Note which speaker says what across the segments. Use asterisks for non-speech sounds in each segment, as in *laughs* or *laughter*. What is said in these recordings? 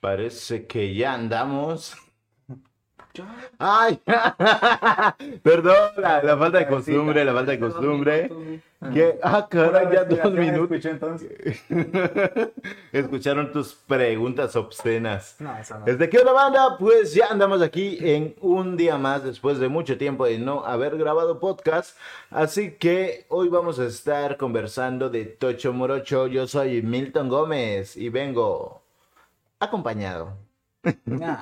Speaker 1: parece que ya
Speaker 2: *laughs*
Speaker 1: andamos. Ay, *laughs* perdón, la, la falta de costumbre, la falta de costumbre. ¿Qué? Ah, caray, ya dos minutos.
Speaker 2: Escuché entonces.
Speaker 1: Escucharon tus preguntas obscenas.
Speaker 2: No, esa no.
Speaker 1: ¿Desde qué hora banda? Pues ya andamos aquí en un día más después de mucho tiempo de no haber grabado podcast. Así que hoy vamos a estar conversando de Tocho Morocho. Yo soy Milton Gómez y vengo acompañado.
Speaker 2: Nah.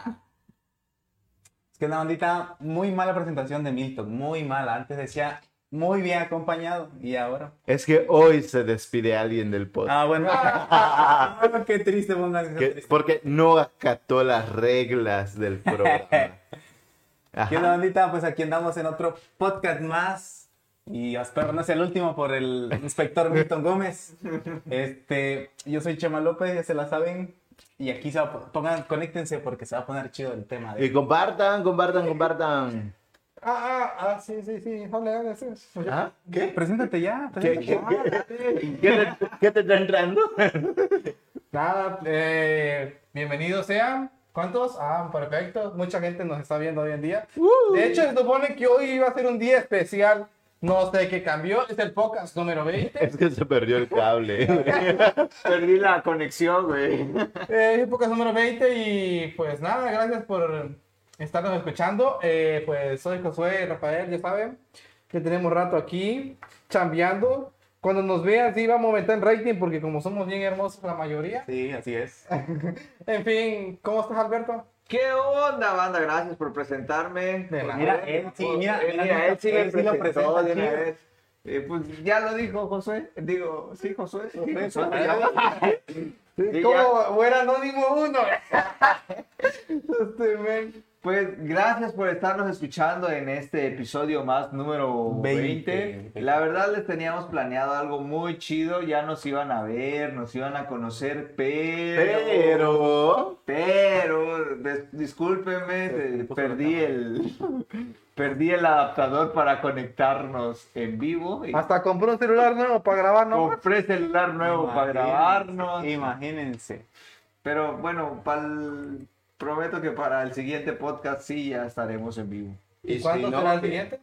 Speaker 2: Es que una ondita muy mala presentación de Milton, muy mala. Antes decía muy bien acompañado y ahora.
Speaker 1: Es que hoy se despide alguien del podcast.
Speaker 2: Ah, bueno. *laughs* Ah, qué triste, pongan
Speaker 1: que- porque no acató las reglas del programa.
Speaker 2: ¿Qué
Speaker 1: Ajá.
Speaker 2: onda, bandita? Pues aquí andamos en otro podcast más. Y espero no sea el último por el inspector Milton Gómez. Este, yo soy Chema López, ya se la saben. Y aquí se va a po- pongan, conéctense porque se va a poner chido el tema. de-
Speaker 1: Y compartan, compartan, compartan.
Speaker 3: Ah, ah, ah, sí, sí, sí, dale, dale, sí. *laughs*
Speaker 1: ¿Ah? ¿Qué?
Speaker 2: Preséntate ya.
Speaker 1: ¿Qué,
Speaker 2: preséntate
Speaker 1: qué,
Speaker 2: ya.
Speaker 1: qué? ¿Qué te, qué te está entrando?
Speaker 3: Nada, eh, bienvenidos sean. ¿Cuántos? Ah, perfecto. Mucha gente nos está viendo hoy en día. De hecho, se supone que hoy iba a ser un día especial. No sé qué cambió. Es el podcast número
Speaker 1: *laughs*
Speaker 3: 20.
Speaker 1: Es que se perdió el cable.
Speaker 4: Perdí la conexión, güey.
Speaker 3: Eh, es el podcast número 20 y pues nada, gracias por estarnos escuchando. Eh, pues soy Josué Rafael, ya saben que tenemos rato aquí chambeando. Cuando nos vean, sí, vamos a aumentar el rating porque como somos bien hermosos la mayoría.
Speaker 2: Sí, así es.
Speaker 3: En fin, ¿cómo estás, Alberto?
Speaker 4: ¿Qué onda, banda? Gracias por presentarme.
Speaker 3: De nada.
Speaker 2: Mira, él sí,
Speaker 4: Pues,
Speaker 2: mira,
Speaker 4: eh,
Speaker 2: mira,
Speaker 4: mira, él sí,
Speaker 2: él sí lo
Speaker 4: lo presentó
Speaker 2: presenta
Speaker 4: de una
Speaker 2: chido.
Speaker 4: vez. Eh, pues ya lo dijo Josué. Digo, sí, Josué. Sí, Josué. Sí, ya.
Speaker 3: ¿Cómo era Anónimo 1?
Speaker 4: Este, men. Pues gracias por estarnos escuchando en este episodio más número
Speaker 2: 20.
Speaker 4: 20. La verdad les teníamos planeado algo muy chido, ya nos iban a ver, nos iban a conocer, pero...
Speaker 1: Pero.
Speaker 4: Pero, dis- discúlpenme, eh, perdí el... Perdí el adaptador para conectarnos en vivo. Y
Speaker 3: Hasta compró un celular nuevo para grabar, ¿no?
Speaker 2: Oh,
Speaker 4: compré celular nuevo para grabarnos.
Speaker 2: Imagínense.
Speaker 4: Pero bueno, pa'l- prometo que para el siguiente podcast sí ya estaremos en vivo.
Speaker 3: ¿Y cuándo
Speaker 1: si no,
Speaker 3: será el
Speaker 1: que-
Speaker 3: siguiente?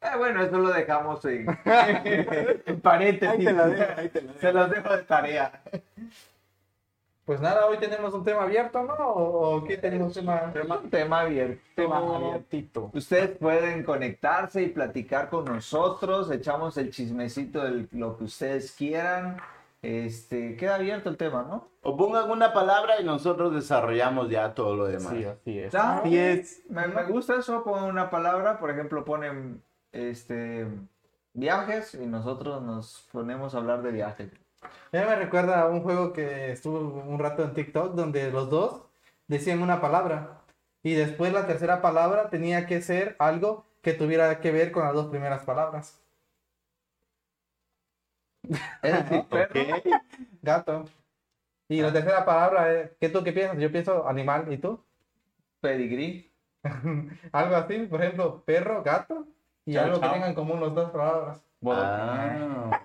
Speaker 4: Eh, bueno, eso lo dejamos en, *laughs* en paréntesis.
Speaker 2: Ahí te la dejo, ahí te la dejo.
Speaker 4: Se los dejo de tarea.
Speaker 3: Pues nada, hoy tenemos un tema abierto, ¿no? ¿O, o qué tenemos un tema?
Speaker 4: Tema, tema abierto.
Speaker 2: Tema abiertito.
Speaker 4: Ustedes pueden conectarse y platicar con nosotros. Echamos el chismecito de lo que ustedes quieran. Este, queda abierto el tema, ¿no?
Speaker 1: O pongan una palabra y nosotros desarrollamos ya todo lo demás.
Speaker 2: Sí, así es.
Speaker 4: Ah,
Speaker 2: Así es.
Speaker 4: Me, me gusta eso, ponen una palabra, por ejemplo, ponen este viajes y nosotros nos ponemos a hablar de viajes.
Speaker 3: Ya me recuerda a un juego que estuvo un rato en TikTok donde los dos decían una palabra y después la tercera palabra tenía que ser algo que tuviera que ver con las dos primeras palabras.
Speaker 4: Es decir,
Speaker 1: Ok.
Speaker 3: Gato. Y
Speaker 2: Ah.
Speaker 3: la tercera palabra es, ¿qué tú qué piensas? Yo pienso animal, ¿y tú?
Speaker 4: pedigrí.
Speaker 3: Algo así, por ejemplo, perro, gato y
Speaker 2: Chao,
Speaker 3: algo
Speaker 2: chao.
Speaker 3: que tengan en común las dos palabras.
Speaker 1: Ah.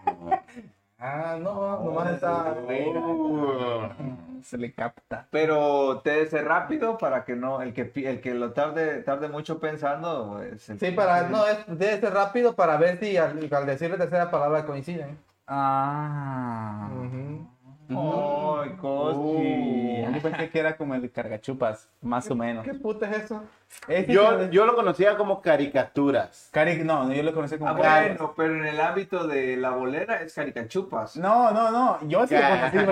Speaker 3: Ah, no, nomás está...
Speaker 2: uh, Se le capta.
Speaker 4: Pero te dice rápido para que no, el que, pi- el que lo tarde, tarde mucho pensando. pues, el-
Speaker 3: Sí, para, no, es, debe ser rápido para ver si al, al decir la tercera palabra coinciden.
Speaker 2: Ah.
Speaker 3: Ujú.
Speaker 4: Ay, Costi.
Speaker 2: Oh, yo pensé que era como el de cargachupas, más o
Speaker 3: *laughs*
Speaker 2: menos.
Speaker 3: ¿Qué puta es eso?
Speaker 2: Este es
Speaker 1: Yo,
Speaker 2: el-
Speaker 1: yo lo conocía como caricaturas.
Speaker 2: Cari- no, yo lo conocí como
Speaker 4: Ah,
Speaker 2: cargas.
Speaker 4: bueno, pero en el ámbito de la bolera es caricachupas.
Speaker 2: No, no, no, yo sí lo conocí como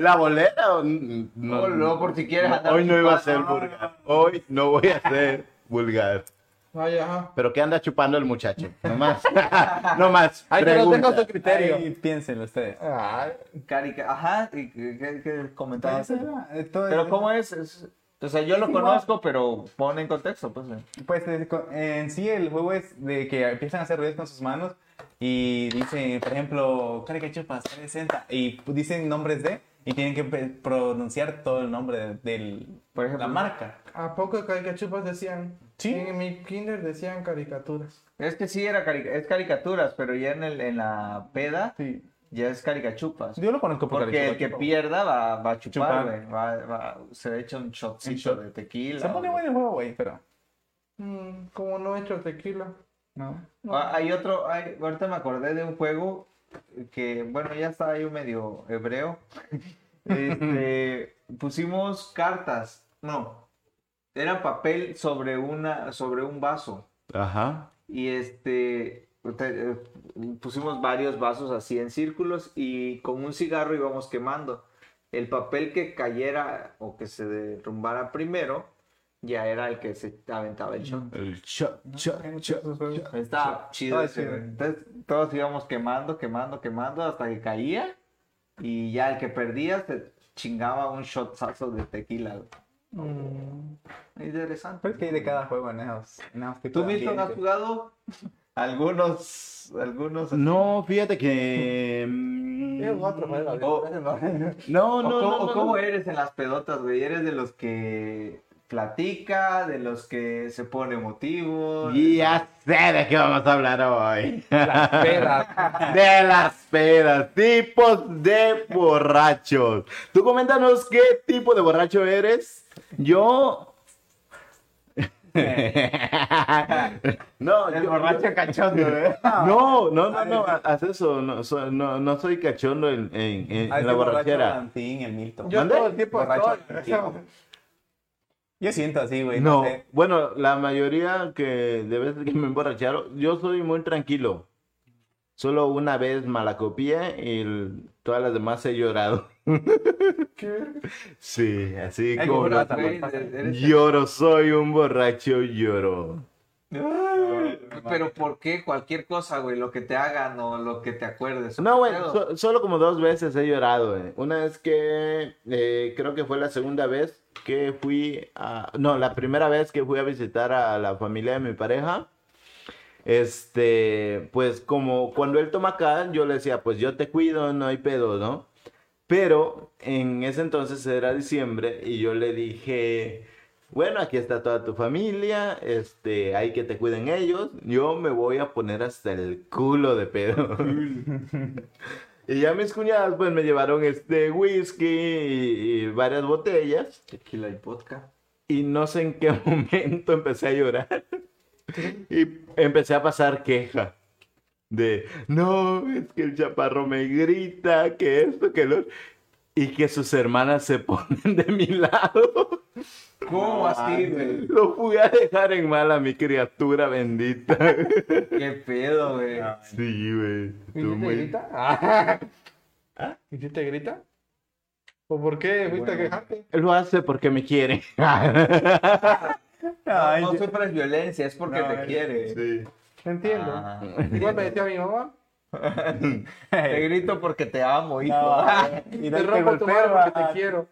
Speaker 1: *laughs* ¿La bolera o n- no?
Speaker 4: Oh, no, por si quieres
Speaker 1: no,
Speaker 4: andar
Speaker 1: Hoy no iba a ser
Speaker 4: chupando.
Speaker 1: vulgar. Hoy no voy a ser vulgar.
Speaker 3: Ay, ajá.
Speaker 1: Pero ¿qué anda chupando el muchacho? No
Speaker 4: *laughs*
Speaker 1: más. no más.
Speaker 3: Ay, pero
Speaker 1: Pregunta.
Speaker 3: dejo a su criterio.
Speaker 2: Ahí piénsenlo ustedes.
Speaker 3: Ay,
Speaker 4: Carica, ajá, ¿y qué, qué- qué comentaba?
Speaker 2: Entonces, era, eh, todo-
Speaker 4: Pero ¿cómo es? Es- O sea, yo lo conozco, pero pone en contexto, pues. eh.
Speaker 2: Pues eh, co- en sí el juego es de que empiezan a hacer ruidos con sus manos y dicen, por ejemplo, cargachupas, presenta, y pu- dicen nombres de, y tienen que pe- pronunciar todo el nombre de- del,
Speaker 4: Por ejemplo.
Speaker 2: la marca.
Speaker 3: ¿A poco caricachupas decían?
Speaker 2: Sí.
Speaker 3: En mi kinder decían caricaturas.
Speaker 4: Es que sí, era cari- es caricaturas, pero ya en, el, en la peda
Speaker 2: Sí.
Speaker 4: ya es caricachupas.
Speaker 2: Yo lo conozco por
Speaker 4: Porque el que
Speaker 2: Carichupa.
Speaker 4: pierda va, va a chupar,
Speaker 2: Chupar.
Speaker 4: güey. Va, va- se echa un shotcito
Speaker 2: Un shot.
Speaker 4: de tequila.
Speaker 2: Se pone
Speaker 4: o-
Speaker 2: bueno el juego, güey, pero.
Speaker 3: Mm, como no he hecho tequila.
Speaker 2: No.
Speaker 4: Ah, Hay otro, hay- ahorita me acordé de un juego que, bueno, ya estaba yo medio hebreo. Este, pusimos cartas, no, era papel sobre una, sobre un vaso.
Speaker 1: Ajá.
Speaker 4: Y este, te- eh, pusimos varios vasos así en círculos y con un cigarro íbamos quemando. El papel que cayera o que se derrumbara primero ya era el que se aventaba el shot.
Speaker 1: El shot, shot, shot.
Speaker 4: Estaba chido
Speaker 2: Estaba
Speaker 4: ese,
Speaker 2: chido.
Speaker 4: güey. Entonces todos íbamos quemando, quemando, quemando hasta que caía. Y ya el que perdía se chingaba un shotzazo de tequila. güey.
Speaker 3: Mm,
Speaker 4: Interesante.
Speaker 2: Pero es que hay de cada juego en esos. En esos
Speaker 4: ¿Tú,
Speaker 2: tipos de
Speaker 4: Milton, has
Speaker 2: ambientes.
Speaker 4: jugado algunos, algunos
Speaker 1: No, fíjate
Speaker 4: *laughs*
Speaker 1: que. mm,
Speaker 3: es otro juego,
Speaker 2: Oh.
Speaker 4: O-
Speaker 3: ¿no?
Speaker 1: No, no,
Speaker 4: ¿O
Speaker 1: no.
Speaker 4: cómo,
Speaker 1: no,
Speaker 4: o
Speaker 1: no.
Speaker 4: cómo eres en las pedotas, güey? ¿Eres de los que platica, de los que se pone emotivo?
Speaker 1: Ya sé de qué vamos a hablar hoy.
Speaker 2: *laughs*
Speaker 3: Espera.
Speaker 1: De las pedas, tipos de borrachos. Tú coméntanos qué tipo de borracho eres. Yo. *laughs* no,
Speaker 4: El
Speaker 1: yo-
Speaker 4: borracho cachondo, güey.
Speaker 1: No, no, no, no, ha- haz eso. No soy, no, no soy cachondo en, en- en- en
Speaker 2: Ah,
Speaker 1: la
Speaker 2: este borracho
Speaker 1: borrachera.
Speaker 2: Valentín, el Milton.
Speaker 3: Yo
Speaker 1: ¿Mande?
Speaker 3: todo el tiempo
Speaker 2: Borracho.
Speaker 3: estoy. *laughs*
Speaker 2: Yo siento así, güey.
Speaker 1: No,
Speaker 2: sé.
Speaker 1: bueno, la mayoría que de veces que me emborracharon, yo soy muy tranquilo. Solo una vez malacopié y el- todas las demás he llorado. Sí, así
Speaker 2: Ay,
Speaker 1: como
Speaker 2: qué
Speaker 4: Pero,
Speaker 2: borracho.
Speaker 4: güey, eres-
Speaker 1: lloro, soy un borracho, lloro.
Speaker 4: Pero ¿por qué? Cualquier cosa, güey, lo que te hagan o lo que te acuerdes.
Speaker 1: No, güey,
Speaker 4: Pero-
Speaker 1: so- solo como dos veces he llorado. eh. Una vez que eh, creo que fue la segunda vez que fui a. No, la primera vez que fui a visitar a la familia de mi pareja. Este, pues como cuando él toma acá, yo le decía, pues yo te cuido, no hay pedo, ¿no? Pero en ese entonces era diciembre y yo le dije, bueno, aquí está toda tu familia, este, hay que te cuiden ellos, yo me voy a poner hasta el culo de pedo. y ya mis cuñadas pues me llevaron este whisky y, y varias botellas
Speaker 4: Tequila y vodka.
Speaker 1: y no sé en qué *laughs* momento empecé a llorar y empecé a pasar queja. De, no, es que el chaparro me grita, que esto, que lo... Y que sus hermanas se *laughs* ponen de mi lado.
Speaker 4: ¿Cómo así, güey?
Speaker 1: Lo fui a dejar en mal a mi criatura bendita.
Speaker 4: ¿Qué pedo, güey?
Speaker 2: Ah.
Speaker 1: Sí, güey.
Speaker 3: ¿Y
Speaker 1: Tú
Speaker 3: si te
Speaker 1: muy-
Speaker 3: grita? Ah. ¿Y si te grita? ¿O por qué fuiste a
Speaker 4: Bueno.
Speaker 3: quejarte?
Speaker 1: Lo hace porque me quiere. *laughs*
Speaker 2: Ay, *laughs*
Speaker 4: no
Speaker 2: yo-
Speaker 4: sufres violencia, es porque
Speaker 2: No,
Speaker 4: te
Speaker 2: es-
Speaker 4: quiere.
Speaker 1: Sí.
Speaker 3: Entiendo.
Speaker 4: Ah.
Speaker 2: *laughs*
Speaker 3: Igual me decía mi mamá.
Speaker 4: Te grito porque te amo, hijo.
Speaker 2: No,
Speaker 3: Y
Speaker 2: y
Speaker 3: te
Speaker 2: no
Speaker 3: rompo tu madre
Speaker 2: golpeo,
Speaker 3: porque
Speaker 2: ah.
Speaker 3: te quiero.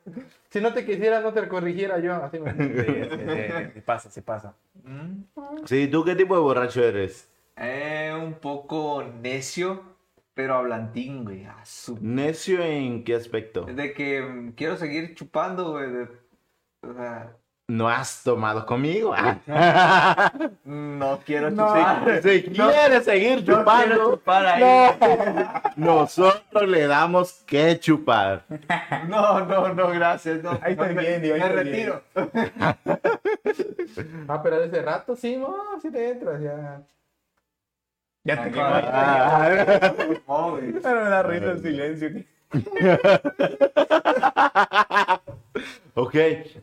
Speaker 3: Si no te quisiera, no te corrigiera yo. Así me
Speaker 2: Sí, sí, sí, sí, pasa, sí pasa.
Speaker 4: Mm.
Speaker 1: Sí, ¿tú qué tipo de borracho eres?
Speaker 4: Eh, un poco necio, pero hablantín, güey. A su-
Speaker 1: ¿Necio en qué aspecto?
Speaker 4: De que mm, quiero seguir chupando, güey. de- o sea,
Speaker 1: ¿No has tomado
Speaker 2: *laughs*
Speaker 1: conmigo? Ah,
Speaker 4: no quiero
Speaker 2: No.
Speaker 4: chupar.
Speaker 1: Si quieres seguir
Speaker 4: No quiero
Speaker 1: chupando,
Speaker 4: chupar ahí.
Speaker 1: nosotros le damos que chupar.
Speaker 4: *laughs* No, no, no, gracias. No,
Speaker 2: Ahí
Speaker 4: no,
Speaker 2: estoy
Speaker 4: me-
Speaker 2: bien, digo, ahí
Speaker 4: Me
Speaker 2: estoy bien.
Speaker 4: retiro.
Speaker 3: Ah, pero desde rato sí, no, sí te entras ya.
Speaker 2: Ya te quemó.
Speaker 1: Ah,
Speaker 4: No, güey.
Speaker 2: Pero me da risa el silencio.
Speaker 1: ok,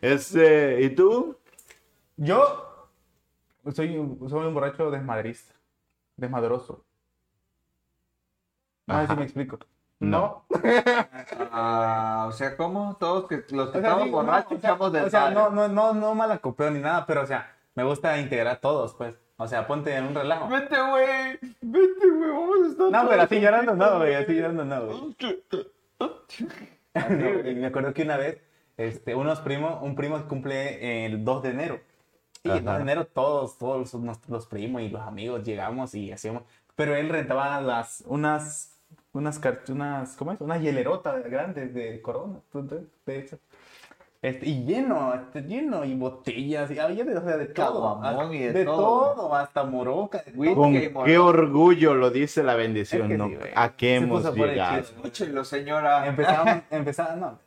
Speaker 1: este, ¿y tú?
Speaker 2: Yo soy, un- soy un borracho desmadrista. Desmadroso. No sé si me explico.
Speaker 1: No.
Speaker 4: Ah, o sea, ¿cómo? Todos que, los que
Speaker 2: O sea,
Speaker 4: estamos
Speaker 2: sí, no,
Speaker 4: borrachos
Speaker 2: o sea,
Speaker 4: estamos de
Speaker 2: o sea, no, no, no, no malacopeo ni nada, pero o sea, me gusta integrar a todos, pues. O sea, ponte en un relajo.
Speaker 4: Vete, güey. Vete, güey. Vamos a estar.
Speaker 2: No, pero así llorando no, güey, *laughs* así llorando no, güey. Así, güey, y me acuerdo que una vez, este, unos primos, un primo cumple el 2 de enero. Y el 2
Speaker 1: Ajá.
Speaker 2: de enero todos, todos los, nos- los primos y los amigos llegamos y hacíamos. Pero él rentaba las, unas, unas, car- unas, ¿cómo es? Unas hielerotas grandes de corona. tú- tú- De hecho. Este, y lleno, este, lleno, y botellas, y había de, o sea, de todo.
Speaker 4: Caguamón
Speaker 2: hasta-
Speaker 4: y de
Speaker 2: de
Speaker 4: todo.
Speaker 2: todo, hasta moroca, de
Speaker 4: Whisky.
Speaker 2: todo.
Speaker 1: Con
Speaker 4: qué
Speaker 1: qué
Speaker 4: bonito.
Speaker 1: orgullo lo dice la bendición,
Speaker 2: Es que
Speaker 1: ¿no?
Speaker 2: sí, güey.
Speaker 1: ¿A qué
Speaker 2: Se
Speaker 1: hemos
Speaker 2: puso por el
Speaker 1: llegado?
Speaker 2: chido.
Speaker 4: Escúchenlo, señora.
Speaker 2: Empezábamos, empezá- no,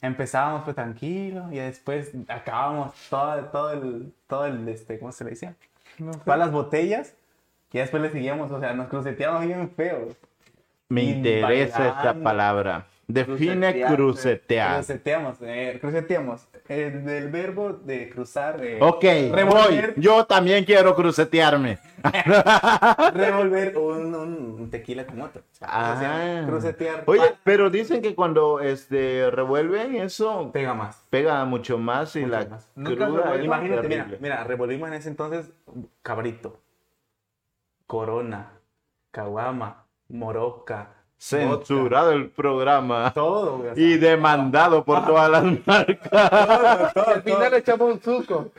Speaker 2: empezábamos pues tranquilo y después acabábamos todo, todo el, todo el, este, ¿cómo se le decía? Todas las botellas y después le seguíamos, o sea, nos cruceteamos bien feo.
Speaker 1: Me
Speaker 2: Y
Speaker 1: interesa esta
Speaker 2: bailando.
Speaker 1: palabra. Define
Speaker 4: Crucetear.
Speaker 1: crucetear.
Speaker 2: Cruceteamos, eh, cruceteamos. El, del verbo de cruzar, eh,
Speaker 1: Ok, voy.
Speaker 2: revolver,
Speaker 1: Yo también quiero crucetearme.
Speaker 2: revolver un, un tequila con otro.
Speaker 1: Ah.
Speaker 2: Crucetear.
Speaker 1: Oye, pero dicen que cuando este revuelven eso
Speaker 2: pega más.
Speaker 1: pega mucho más y
Speaker 2: Mucho
Speaker 1: la
Speaker 2: más.
Speaker 1: cruda.
Speaker 4: Nunca revuelvo.
Speaker 1: es
Speaker 2: Imagínate, mira,
Speaker 1: terrible.
Speaker 2: mira, revolvimos en ese entonces cabrito, corona, caguama, moroca, vodka,
Speaker 1: Censurado el programa
Speaker 2: todo, güey, o
Speaker 1: *laughs*
Speaker 2: sea,
Speaker 1: y demandado por todas las marcas.
Speaker 3: Al final le echamos un suco.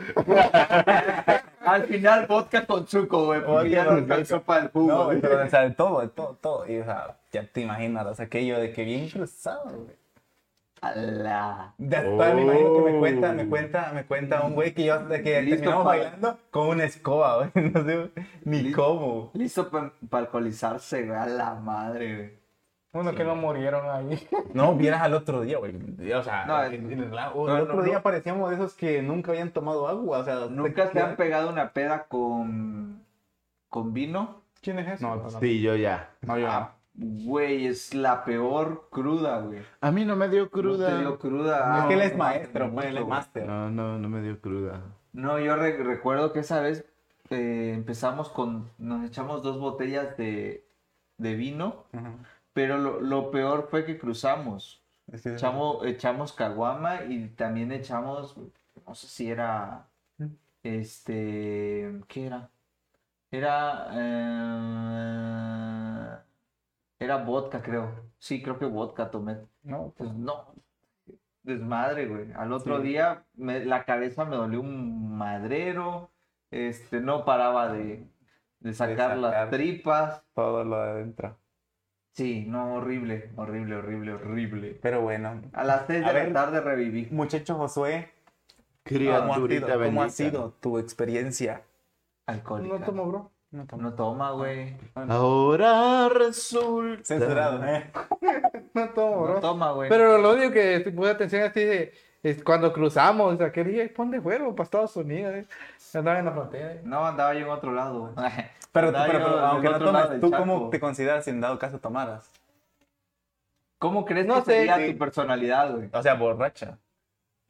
Speaker 4: Al final, vodka con suco, güey. Porque
Speaker 2: Vodka
Speaker 4: ya
Speaker 2: con
Speaker 4: nos calzó para el
Speaker 2: No,
Speaker 4: jugo.
Speaker 2: güey,
Speaker 4: güey.
Speaker 2: pero, o sea, de todo, de todo, todo. Y, o sea, ya te imaginas, o sea, aquello de que bien cruzado, güey.
Speaker 4: Alá.
Speaker 2: De actual, me imagino que me cuenta, me
Speaker 1: Oh.
Speaker 2: cuenta, me cuenta un güey que yo hasta que
Speaker 4: Listo
Speaker 2: terminamos
Speaker 4: para-
Speaker 2: bailando con una escoba, güey. *laughs* No sé ni
Speaker 4: Listo.
Speaker 2: cómo.
Speaker 4: Listo para alcoholizarse, güey. A la madre, güey.
Speaker 3: Uno que no murieron ahí. *laughs*
Speaker 2: No, vieras al otro día, güey. O sea,
Speaker 4: No,
Speaker 2: el, el- el- el
Speaker 4: no,
Speaker 2: otro
Speaker 4: no.
Speaker 2: día parecíamos de esos que nunca habían tomado agua, o sea,
Speaker 4: ¿Nunca te
Speaker 2: se
Speaker 4: han pegado una peda con, con vino?
Speaker 3: ¿Quién es eso?
Speaker 2: No, no, no.
Speaker 1: pues Sí, yo ya.
Speaker 2: No, yo no.
Speaker 4: Güey, es la peor cruda, güey.
Speaker 1: A mí no me dio
Speaker 4: No te
Speaker 1: cruda.
Speaker 4: dio cruda.
Speaker 2: es que él es
Speaker 4: no,
Speaker 2: maestro,
Speaker 4: no,
Speaker 2: pues, él es
Speaker 4: güey.
Speaker 2: máster.
Speaker 1: No, no, no me dio cruda.
Speaker 4: No, yo re- recuerdo que esa vez eh, empezamos con, nos echamos dos botellas de, de vino,
Speaker 2: Ajá.
Speaker 4: pero lo, lo peor fue que cruzamos.
Speaker 2: Es que-
Speaker 4: Echamos, echamos caguama y también echamos, no sé si era, este, ¿qué era? Era, eh, era vodka, creo. Sí, creo que vodka tomé.
Speaker 2: No, pues,
Speaker 4: Pues no, desmadre, güey. Al otro día me- la cabeza me dolió un madrero, este, no paraba de, de sacar las
Speaker 2: sacar.
Speaker 4: tripas.
Speaker 2: todo lo de adentro.
Speaker 4: Sí, no, horrible, horrible, horrible, horrible.
Speaker 2: Pero bueno,
Speaker 4: A las 6
Speaker 2: A
Speaker 4: de
Speaker 2: ver.
Speaker 4: la tarde reviví.
Speaker 2: muchacho Josué, ¿cómo ha sido,
Speaker 1: Criaturita
Speaker 2: cómo ha
Speaker 1: bendita.
Speaker 2: sido tu experiencia?
Speaker 4: Alcohólica.
Speaker 3: No tomo, bro.
Speaker 2: No tomo-
Speaker 4: No toma, güey.
Speaker 1: Ahora resulta.
Speaker 2: Censurado, ¿eh?
Speaker 3: No tomo, bro.
Speaker 4: No toma, güey.
Speaker 3: Pero lo único que te puse atención así de, es cuando cruzamos, aquel día, pon de juego para Estados Unidos. eh. Andaba en la frontera. eh.
Speaker 4: No, andaba yo en otro lado, *laughs* güey.
Speaker 2: Pero, tú-
Speaker 4: Andaba
Speaker 2: pero-
Speaker 4: yo
Speaker 2: pero
Speaker 4: del
Speaker 2: aunque no
Speaker 4: otro lado
Speaker 2: tomas,
Speaker 4: del
Speaker 2: ¿tú
Speaker 4: charco.
Speaker 2: cómo te consideras si en dado caso tomaras?
Speaker 4: ¿Cómo crees
Speaker 3: No
Speaker 4: que
Speaker 3: sé,
Speaker 4: sería
Speaker 3: sí.
Speaker 4: tu personalidad, güey?
Speaker 2: O sea, borracha.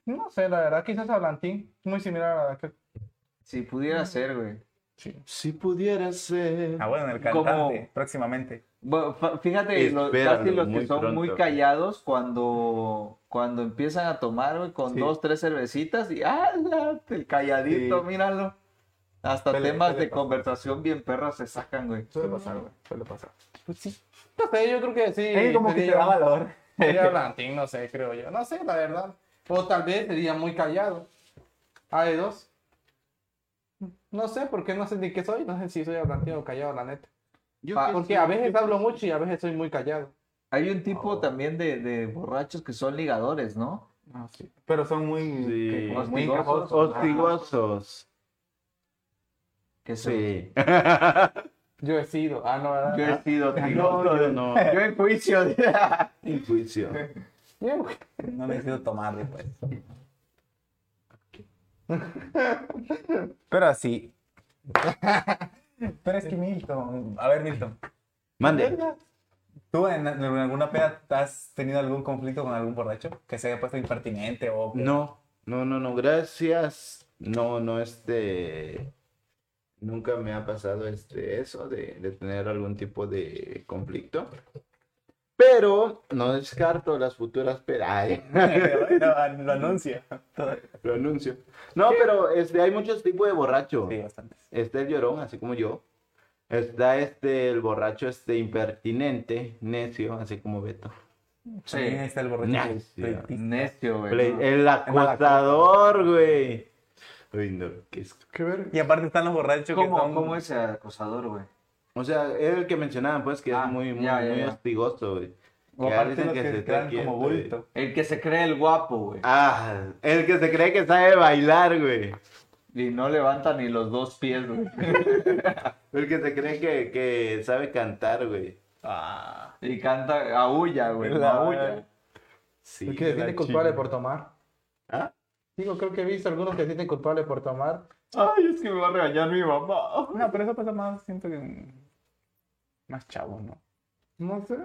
Speaker 3: No sé, la verdad, quizás Hablantín, muy similar a aquel.
Speaker 4: Si
Speaker 3: Mm.
Speaker 4: pudiera ser, güey.
Speaker 1: Si pudiera ser.
Speaker 2: Ah, bueno, el
Speaker 4: ¿Cómo?
Speaker 2: cantante, próximamente.
Speaker 4: Bueno, fa- fíjate, lo-
Speaker 1: Espéralo,
Speaker 4: casi los que
Speaker 1: muy
Speaker 4: son
Speaker 1: pronto,
Speaker 4: muy
Speaker 1: güey.
Speaker 4: callados cuando, cuando empiezan a tomar, güey, con
Speaker 2: Sí.
Speaker 4: dos, tres cervecitas y ¡ah! la- El calladito,
Speaker 2: Sí.
Speaker 4: míralo. Hasta
Speaker 2: Suele-
Speaker 4: temas
Speaker 2: suele
Speaker 4: de
Speaker 2: pasar.
Speaker 4: conversación bien perras se sacan, güey.
Speaker 3: Suele pasar, güey.
Speaker 2: Suele pasar.
Speaker 3: Pues sí. No sé, yo creo que sí.
Speaker 2: Es como que te
Speaker 3: sería-
Speaker 2: da valor.
Speaker 3: Sería Hablantín, no sé, creo yo. No sé, la verdad. O tal vez sería muy callado. A de dos. No sé, porque no sé ni qué soy. No sé si soy Hablantín o callado, la neta.
Speaker 1: Yo
Speaker 2: ah,
Speaker 4: Pa-
Speaker 1: que
Speaker 3: Porque
Speaker 1: Pues sí,
Speaker 3: a
Speaker 1: yo
Speaker 3: veces
Speaker 1: que-
Speaker 3: hablo mucho y a veces soy muy callado.
Speaker 4: Hay un tipo
Speaker 2: Oh.
Speaker 4: también de, de borrachos que son ligadores, ¿no?
Speaker 2: Ah, sí. Pero son muy...
Speaker 1: Sí.
Speaker 2: que-
Speaker 1: Hostigosos.
Speaker 2: muy encajosos.
Speaker 1: Hostigosos.
Speaker 2: Ah.
Speaker 4: Que se-
Speaker 1: Sí.
Speaker 3: Yo he sido. Ah, no, ¿verdad?
Speaker 4: Yo he sido
Speaker 1: *laughs* No,
Speaker 4: tigoso,
Speaker 1: yo
Speaker 4: güey.
Speaker 1: no.
Speaker 4: Yo en juicio. *laughs*
Speaker 1: En juicio.
Speaker 3: Yo, güey.
Speaker 2: No necesito pues. tomar después. Pero así. Pero es que Milton. A ver, Milton.
Speaker 1: Mande.
Speaker 2: ¿Tú en, en alguna peda has tenido algún conflicto con algún borracho que se haya puesto impertinente o que-
Speaker 1: No, no, no, no, gracias. No, no, este. Nunca me ha pasado este, eso de, de tener algún tipo de conflicto. Pero no descarto las futuras *laughs* pedales.
Speaker 2: No, lo anuncia?
Speaker 1: Lo anuncio. No, pero este, hay muchos tipos de borrachos.
Speaker 2: Sí, bastantes.
Speaker 1: Está el llorón, así como yo. Está este, el borracho este, impertinente, necio, así como Beto.
Speaker 2: También
Speaker 4: Sí.
Speaker 2: está el borracho.
Speaker 1: Nah,
Speaker 2: que-
Speaker 1: sí, ah.
Speaker 2: que-
Speaker 4: Necio, güey.
Speaker 1: Ple-
Speaker 4: ¿no?
Speaker 1: El acosador, güey. Uy, no, qué es-
Speaker 3: Qué ver.
Speaker 2: Y aparte están los borrachos que
Speaker 4: ¿Cómo,
Speaker 2: son...
Speaker 4: cómo es el acosador, güey?
Speaker 1: O sea, es el que mencionaban, pues, que
Speaker 4: Ah,
Speaker 1: es muy, muy,
Speaker 4: ya, ya,
Speaker 1: muy
Speaker 4: ya.
Speaker 1: hostigoso, güey.
Speaker 2: O
Speaker 1: Que
Speaker 2: aparte
Speaker 1: dicen
Speaker 2: los
Speaker 1: que
Speaker 2: que
Speaker 1: se
Speaker 2: se
Speaker 1: está
Speaker 2: quedan como
Speaker 1: quieto, güey.
Speaker 2: bulto.
Speaker 4: El que se cree el guapo, güey.
Speaker 1: Ah, el que se cree que sabe bailar, güey.
Speaker 4: Y no levanta ni los dos pies, güey.
Speaker 1: El que se cree que, que sabe cantar, güey.
Speaker 2: Ah.
Speaker 4: Y canta, aúlla, güey. no
Speaker 2: La-
Speaker 4: aúlla.
Speaker 1: Sí.
Speaker 3: El que se siente
Speaker 2: la
Speaker 3: culpable
Speaker 2: chinga.
Speaker 3: por tomar.
Speaker 1: ¿Ah?
Speaker 3: Digo, creo que he visto algunos que se sienten culpables por tomar.
Speaker 4: Ay, es que me va a regañar mi mamá.
Speaker 1: *laughs*
Speaker 2: No, pero eso pasa más, siento que. en- Más chavo, ¿no?
Speaker 3: No sé.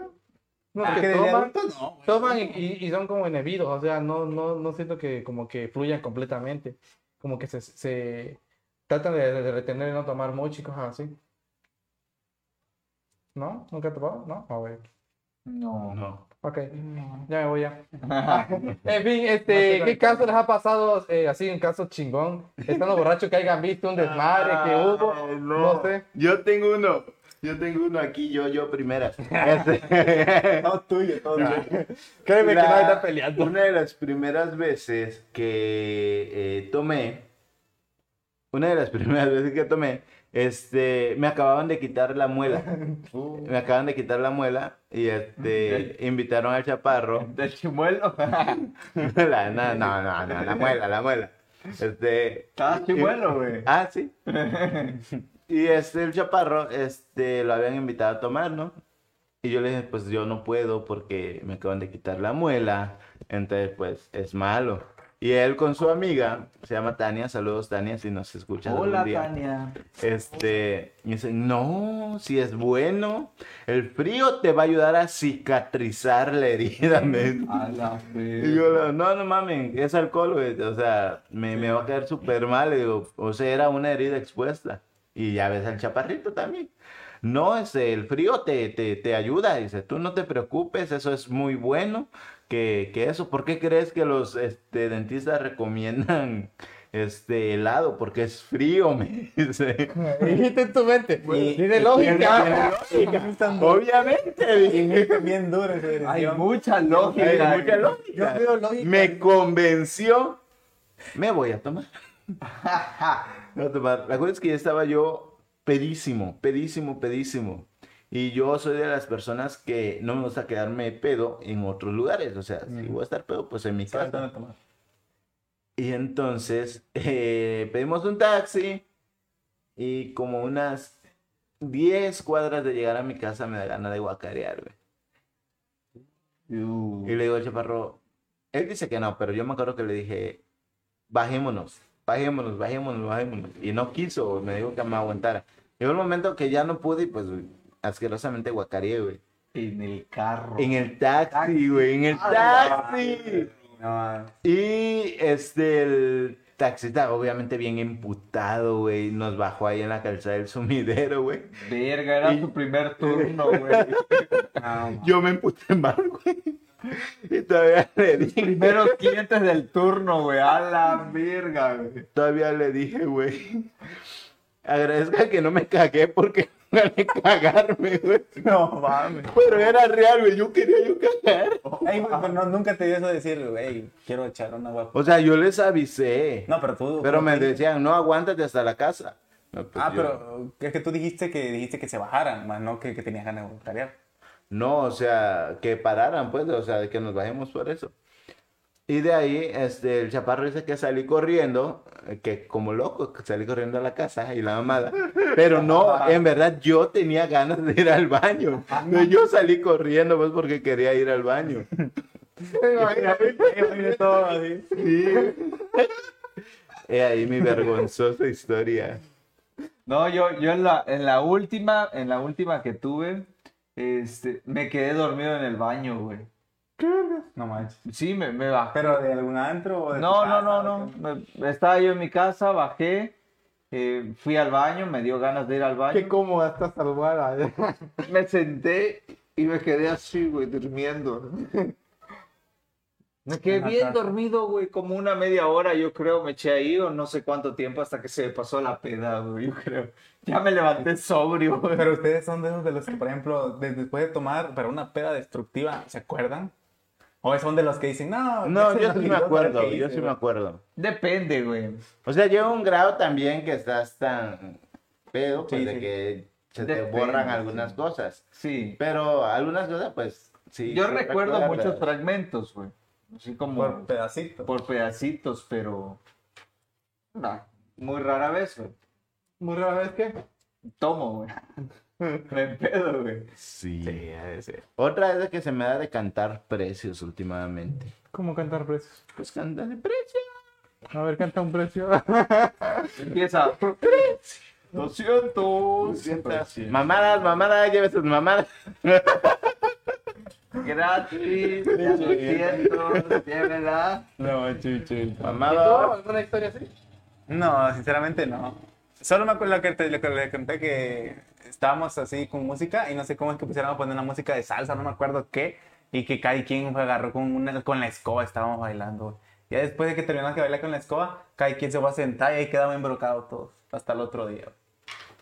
Speaker 3: No,
Speaker 2: Porque
Speaker 3: que
Speaker 2: Ah, de
Speaker 3: toman,
Speaker 2: adulto no, güey.
Speaker 3: toman y- y, y son como inhibidos. O sea, no, no, no siento que como que fluyan completamente. Como que se, se tratan de, de retener y no tomar mucho y cosas así. ¿No? ¿Nunca he tomado? ¿No? A ver.
Speaker 4: No.
Speaker 1: No.
Speaker 3: Ok.
Speaker 2: No.
Speaker 3: Ya me voy ya. En fin, este,
Speaker 4: No te
Speaker 3: ¿qué caso les ha pasado eh, así en caso chingón? Estando borracho que hayan visto un desmadre que hubo.
Speaker 1: Ah,
Speaker 3: No sé.
Speaker 1: Yo tengo uno. Yo tengo uno aquí, yo, yo
Speaker 3: *laughs*
Speaker 1: primera. Este-
Speaker 2: Todo tuyo, todo
Speaker 4: *laughs*
Speaker 2: tuyo.
Speaker 3: Créeme que
Speaker 1: La-
Speaker 3: no está peleando.
Speaker 1: Una de las primeras veces que eh, tomé, una de las *laughs* primeras veces que tomé, este, me acababan de quitar la muela. Me acaban de quitar la muela y este, invitaron al chaparro. *laughs*
Speaker 4: Del chimuelo. *laughs*
Speaker 1: La- no, no, no, no, la muela, la muela. Este,
Speaker 4: Estaba chimuelo, güey.
Speaker 1: Ah,
Speaker 4: *laughs*
Speaker 1: sí. Y este, el chaparro, este, lo habían invitado a tomar, ¿no? Y yo le dije, pues yo no puedo porque me acaban de quitar la muela. Entonces, pues, es malo. Y él con su amiga, se llama Tania, saludos Tania, si nos escuchas
Speaker 4: Hola,
Speaker 1: algún día.
Speaker 4: Tania.
Speaker 1: Este, me dicen, no, si es bueno, el frío te va a ayudar a cicatrizar la herida, *laughs* men".
Speaker 4: A la
Speaker 1: Y yo, la- no, no mames, es alcohol, güey. O sea, me, me va a caer súper mal. Le digo, o sea, era una herida expuesta. Y ya ves al chaparrito también. No, este, el frío te, te, te ayuda. Dice, tú no te preocupes, eso es muy bueno. Que, que eso, ¿por qué crees que los este, dentistas recomiendan este helado? Porque es frío, me dice.
Speaker 3: Dijiste en tu mente. Tiene lógica.
Speaker 1: Obviamente, dije.
Speaker 2: Bien duro esa
Speaker 4: Hay
Speaker 2: dirección.
Speaker 4: mucha lógica.
Speaker 1: Hay
Speaker 4: güey.
Speaker 1: mucha lógica.
Speaker 3: Yo veo lógica.
Speaker 1: Me convenció. Me voy a tomar. *laughs* Me voy a tomar. La cosa es que ya estaba yo pedísimo, pedísimo, pedísimo. Y yo soy de las personas que no me gusta quedarme pedo en otros lugares. O sea, si voy a estar pedo, pues en mi
Speaker 2: ¿Sabes dónde
Speaker 1: casa.
Speaker 2: tomar?
Speaker 1: Y entonces eh, pedimos un taxi. Y como unas 10 cuadras de llegar a mi casa me da gana de guacarear, güey.
Speaker 4: Uh.
Speaker 1: Y le digo al chaparro, él dice que no, pero yo me acuerdo que le dije, bajémonos, bajémonos, bajémonos, bajémonos. Y no quiso, me dijo que me aguantara. Llegó el momento que ya no pude y pues güey, asquerosamente guacareé, güey.
Speaker 4: En el carro.
Speaker 1: En el taxi, güey, en el taxi.
Speaker 2: No,
Speaker 1: Y este, el taxista, obviamente bien emputado, güey, nos bajó ahí en la calzada del sumidero, güey.
Speaker 4: Verga, era
Speaker 1: Y- Ah,
Speaker 4: tu primer
Speaker 1: *laughs*
Speaker 4: turno, güey.
Speaker 2: no.
Speaker 1: Yo me emputé más, güey. *laughs* Y todavía le dije,
Speaker 4: Primeros clientes del turno, güey. A la verga, güey.
Speaker 1: Todavía le dije, güey. Agradezca que no me cagué porque gané cagarme, güey.
Speaker 2: *laughs* No mames.
Speaker 1: Pero era real, güey. Yo quería yo cagar.
Speaker 2: Ey, güey, pero no, nunca te dio eso de decir, güey, quiero echar una agua.
Speaker 1: O sea, yo les avisé.
Speaker 2: No, pero tú.
Speaker 1: pero
Speaker 2: tú-
Speaker 1: me decían, no aguántate hasta la casa. No, pues
Speaker 2: Ah,
Speaker 1: yo-
Speaker 2: pero es que tú dijiste que dijiste que se bajaran, más no que, que tenías ganas de tarear.
Speaker 1: No, o sea, que pararan, pues, o sea, que nos bajemos por eso. Y de ahí, este, el chaparro dice que salí corriendo, eh, que como loco, que salí corriendo a la casa y la mamada. Pero no, en verdad yo tenía ganas de ir al baño. No, yo salí corriendo, pues, porque quería ir al baño.
Speaker 2: todo así.
Speaker 1: Sí. He ahí mi vergonzosa
Speaker 2: *laughs*
Speaker 1: historia.
Speaker 4: No, yo, yo en la, en la última, en la última que tuve, este, me quedé dormido en el baño, güey.
Speaker 2: No manches.
Speaker 4: Sí, me, me bajé.
Speaker 2: ¿Pero de algún antro o de tu
Speaker 4: No, no,
Speaker 2: casa,
Speaker 4: no,
Speaker 2: o
Speaker 4: no.
Speaker 2: qué?
Speaker 4: Me- estaba yo en mi casa, bajé, eh, fui al baño, me dio ganas de ir al
Speaker 3: Qué
Speaker 4: baño.
Speaker 3: cómoda está *laughs* salvada.
Speaker 4: Me senté y me quedé así, güey, durmiendo. *laughs* Me quedé bien dormido, güey, como una media hora, yo creo, me eché ahí o no sé cuánto tiempo hasta que se me pasó la peda, güey, *laughs* yo creo. Ya me levanté sobrio, güey.
Speaker 2: Pero ustedes son de esos de los que, por ejemplo, de- después de tomar, pero una peda destructiva, ¿se acuerdan? ¿O son de los que dicen, no,
Speaker 1: No,
Speaker 2: ya se
Speaker 1: yo sí me
Speaker 2: olvidó lo
Speaker 1: acuerdo,
Speaker 2: que
Speaker 1: yo
Speaker 2: hice,
Speaker 1: sí me
Speaker 2: güey"?
Speaker 1: acuerdo.
Speaker 4: Depende, güey.
Speaker 1: O sea, llega un grado también que estás tan pedo, pues,
Speaker 2: Sí,
Speaker 1: de
Speaker 2: sí.
Speaker 1: que se te
Speaker 4: Depende,
Speaker 1: borran
Speaker 4: sí.
Speaker 1: algunas cosas.
Speaker 4: Sí.
Speaker 1: Pero algunas cosas, pues, Sí,
Speaker 4: Yo
Speaker 1: sí
Speaker 4: recuerdo
Speaker 1: recuerdas.
Speaker 4: muchos fragmentos, güey. Así como
Speaker 2: Por
Speaker 4: por,
Speaker 2: pedacito.
Speaker 4: pedacitos, pero. Nah, muy rara vez, güey.
Speaker 3: Muy rara vez que.
Speaker 4: Tomo, güey. *laughs* Me pedo, güey.
Speaker 1: Sí.
Speaker 2: Sí, ha de ser.
Speaker 1: Otra es la que se me da de cantar precios últimamente.
Speaker 3: ¿Cómo cantar precios?
Speaker 1: Pues canta de precios.
Speaker 3: A ver, canta un *laughs* precio.
Speaker 4: Empieza.
Speaker 2: Pues,
Speaker 4: 200.
Speaker 1: Mamadas, mamadas, lleve sus mamadas.
Speaker 4: Gratis. 200. Llévela.
Speaker 2: No, chuchu.
Speaker 3: ¿Tú
Speaker 1: Mamadas.
Speaker 3: alguna historia así?
Speaker 2: No, sinceramente no. Solo me acuerdo que te, lo que le conté que estábamos así con música y no sé cómo es que pusieron a poner una música de salsa, no me acuerdo qué, y que cada quien fue agarró con, una, con la escoba, estábamos bailando. Ya después de que terminamos de bailar con la escoba, cada quien se va a sentar y ahí quedamos embrocados todos, hasta el otro día.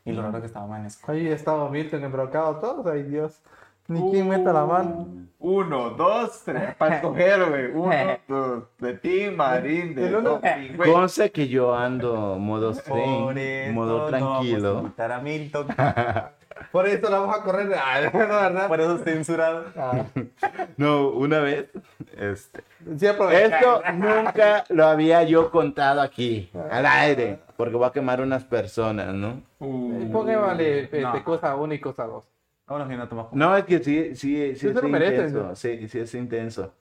Speaker 2: Y lo raro que estábamos en la escoba.
Speaker 3: Ahí estamos Milton embrocado todos. Ay, Dios. Ni quien meta la mano.
Speaker 4: Uno, dos, tres. Para escoger, güey.
Speaker 1: *laughs*
Speaker 4: Uno, dos. De ti, Marín. De
Speaker 3: El uno.
Speaker 4: Topi, güey.
Speaker 1: Consta que yo ando modo
Speaker 2: Por
Speaker 1: zen,
Speaker 2: eso
Speaker 1: modo
Speaker 2: no
Speaker 1: tranquilo.
Speaker 2: vamos a invitar a Milton.
Speaker 3: Por eso la vamos a correr. Ay, *laughs* no, ¿verdad?
Speaker 2: Por eso censurado.
Speaker 3: Ah,
Speaker 1: No, una vez. Este,
Speaker 3: sí, aprovecha.
Speaker 1: esto nunca lo había yo contado aquí, al aire, porque voy a quemar unas personas, ¿no?
Speaker 4: Uh,
Speaker 3: Póngale este,
Speaker 2: No.
Speaker 3: cosa uno y cosa dos.
Speaker 2: Vámonos que no tomamos.
Speaker 1: No, es que sí, sí, sí
Speaker 3: Sí
Speaker 1: es
Speaker 3: se lo merecen,
Speaker 1: intenso.
Speaker 3: ¿no?
Speaker 1: Sí, sí es intenso.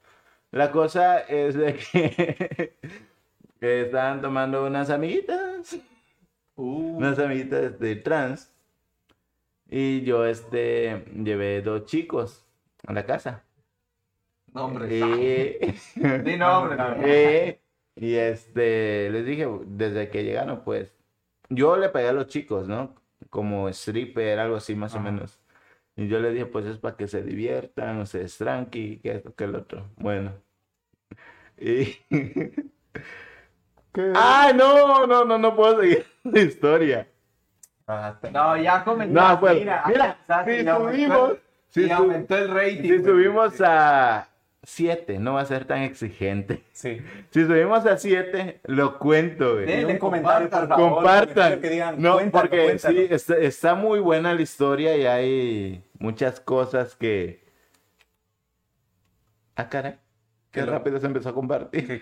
Speaker 1: La cosa es de que *laughs* estaban tomando unas amiguitas,
Speaker 2: Uh,
Speaker 1: unas amiguitas de trans, y yo este llevé dos chicos a la casa.
Speaker 4: Nombre.
Speaker 1: Y-
Speaker 4: Di
Speaker 2: No,
Speaker 4: nombre,
Speaker 2: no,
Speaker 4: güey.
Speaker 1: Eh, y este, les dije, desde que llegaron, pues, yo le pagué a los chicos, ¿no? Como stripper, algo así más o
Speaker 2: Ajá.
Speaker 1: menos. Y yo les dije, pues es para que se diviertan, o sea, es tranqui, que esto, que el otro. Bueno. Y... *laughs*
Speaker 3: ¿Qué?
Speaker 1: ¡Ay, no! No, no, no puedo seguir *laughs* la historia.
Speaker 2: bajaste.
Speaker 4: No, ya comenzó.
Speaker 1: No, pues, mira,
Speaker 4: alcanzaste,
Speaker 1: si
Speaker 4: ya aumentó
Speaker 1: subimos,
Speaker 4: el-
Speaker 1: si,
Speaker 4: ya
Speaker 1: sub-
Speaker 4: aumentó el rating.
Speaker 1: si
Speaker 4: güey.
Speaker 1: subimos a 7, no va a ser tan exigente.
Speaker 2: Sí.
Speaker 1: Si subimos a 7, lo cuento, güey.
Speaker 4: Denle,
Speaker 2: un comentario, por
Speaker 4: compartan,
Speaker 2: favor.
Speaker 1: compartan.
Speaker 2: Que digan,
Speaker 1: no,
Speaker 2: cuéntalo,
Speaker 1: porque
Speaker 2: cuéntalo.
Speaker 1: sí, está, está muy buena la historia y hay muchas cosas que. Ah, caray. Qué
Speaker 2: Que lo-
Speaker 1: rápido se empezó a compartir.
Speaker 2: *laughs*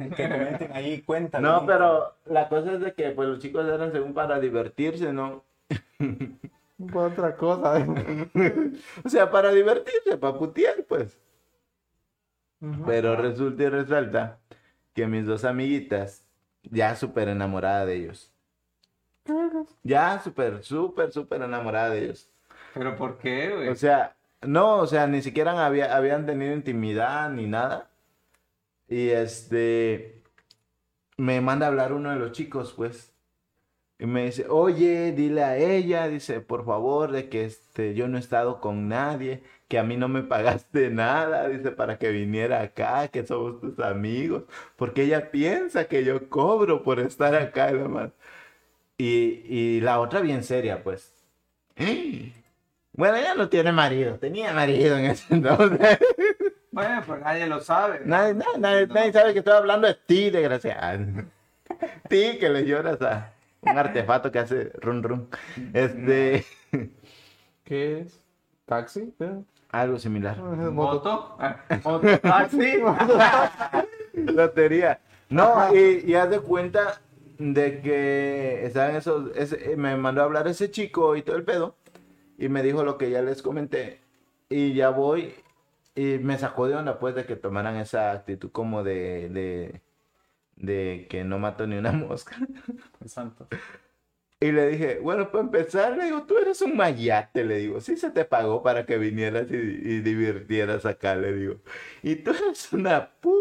Speaker 2: Que, que comenten ahí, cuéntalo.
Speaker 1: No, pero la cosa es de que pues los chicos eran según para divertirse, ¿no? *laughs*
Speaker 3: Por otra *laughs* cosa.
Speaker 1: O sea, para divertirse, para putear, pues. Pero resulta y resalta que mis dos amiguitas, ya súper enamorada de ellos. Ya súper, súper, súper enamorada de ellos.
Speaker 4: Pero ¿por qué, güey?
Speaker 1: O sea, no, o sea, ni siquiera había, habían tenido intimidad ni nada. Y este, me manda a hablar uno de los chicos, pues. Y me dice, oye, dile a ella, dice, por favor, de que este, yo no he estado con nadie, que a mí no me pagaste nada, dice, para que viniera acá, que somos tus amigos, porque ella piensa que yo cobro por estar acá, y la madre. Y, y la otra bien seria, pues. Bueno, ella no tiene marido, tenía marido en ese entonces. *laughs*
Speaker 4: Bueno, pues nadie lo sabe.
Speaker 1: Nadie, nadie- nadie- nadie sabe que estoy hablando de ti, desgraciado. *laughs* Ti que le lloras a un artefacto que hace run run. Este,
Speaker 3: ¿Qué es? ¿Taxi? ¿Eh?
Speaker 1: algo similar.
Speaker 4: ¿Moto? Ah,
Speaker 1: *laughs*
Speaker 3: Moto-
Speaker 4: ¿Taxi?
Speaker 1: Lotería. No, y, y haz de cuenta de que estaban esos, ese- eh, me mandó a hablar ese chico y todo el pedo. Y me dijo lo que ya les comenté. Y ya voy. Y me sacó de onda, pues, de que tomaran esa actitud como de, de, de que no mato ni una *laughs* mosca.
Speaker 2: Santo.
Speaker 1: Y le dije, bueno, para empezar, le digo, tú eres un mayate, le digo, sí se te pagó para que vinieras y, y divirtieras acá, le digo. Y tú eres una pu...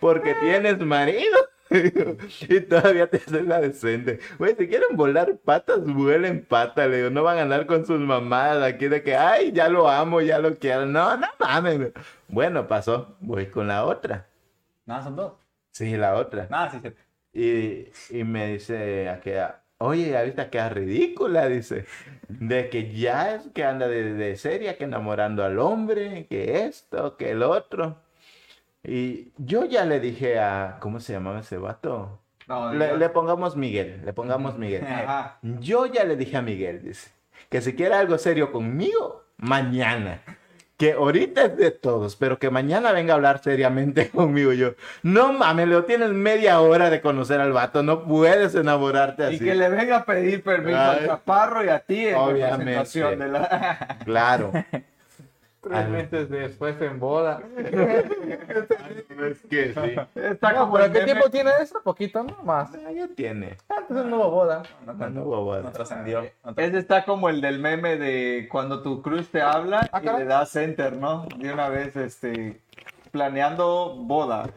Speaker 1: porque tienes marido. *laughs* le digo, Y todavía te haces la decente. Güey, si quieren volar patas, vuelen patas, le digo, no van a andar con sus mamadas aquí de que, ay, ya lo amo, ya lo quiero. No, no mames. Bueno, pasó, voy con la otra.
Speaker 2: Nada, son dos.
Speaker 1: Sí, la otra.
Speaker 2: Nada, sí, sí.
Speaker 1: Y, y me dice aquella, oye, ya viste queda ridícula, dice, de que ya es que anda de, de seria, que enamorando al hombre, que esto, que el otro. Y yo ya le dije a, ¿cómo se llamaba ese vato?
Speaker 4: *laughs* No,
Speaker 1: Le,
Speaker 4: Dios.
Speaker 1: le pongamos Miguel, le pongamos Miguel.
Speaker 4: Ajá.
Speaker 1: Yo ya le dije a Miguel, dice, que si quiere algo serio conmigo, mañana. que ahorita es de todos, pero que mañana venga a hablar seriamente *laughs* conmigo yo. No mames, Leo, tienes media hora de conocer al vato, no puedes enamorarte así.
Speaker 4: Y que le venga a pedir permiso
Speaker 1: Ay.
Speaker 4: al chaparro y a ti en
Speaker 1: Obviamente.
Speaker 4: representación de la... *laughs*
Speaker 1: Claro.
Speaker 3: Tres meses después en boda.
Speaker 1: es que sí.
Speaker 4: Está
Speaker 3: No, pues,
Speaker 4: como
Speaker 3: ¿Pero
Speaker 4: el
Speaker 3: qué
Speaker 4: meme-
Speaker 3: tiempo tiene eso? Poquito, no más.
Speaker 1: Ah, Ya tiene.
Speaker 3: Antes no hubo boda.
Speaker 2: No,
Speaker 1: No,
Speaker 2: tanto.
Speaker 1: no,
Speaker 2: No
Speaker 1: bobada.
Speaker 2: trascendió. no trascendió.
Speaker 4: Ese está como el del meme de cuando tu cruz te habla
Speaker 3: Ah,
Speaker 4: y
Speaker 3: caray.
Speaker 4: le das enter, ¿no? De una vez, este, planeando boda.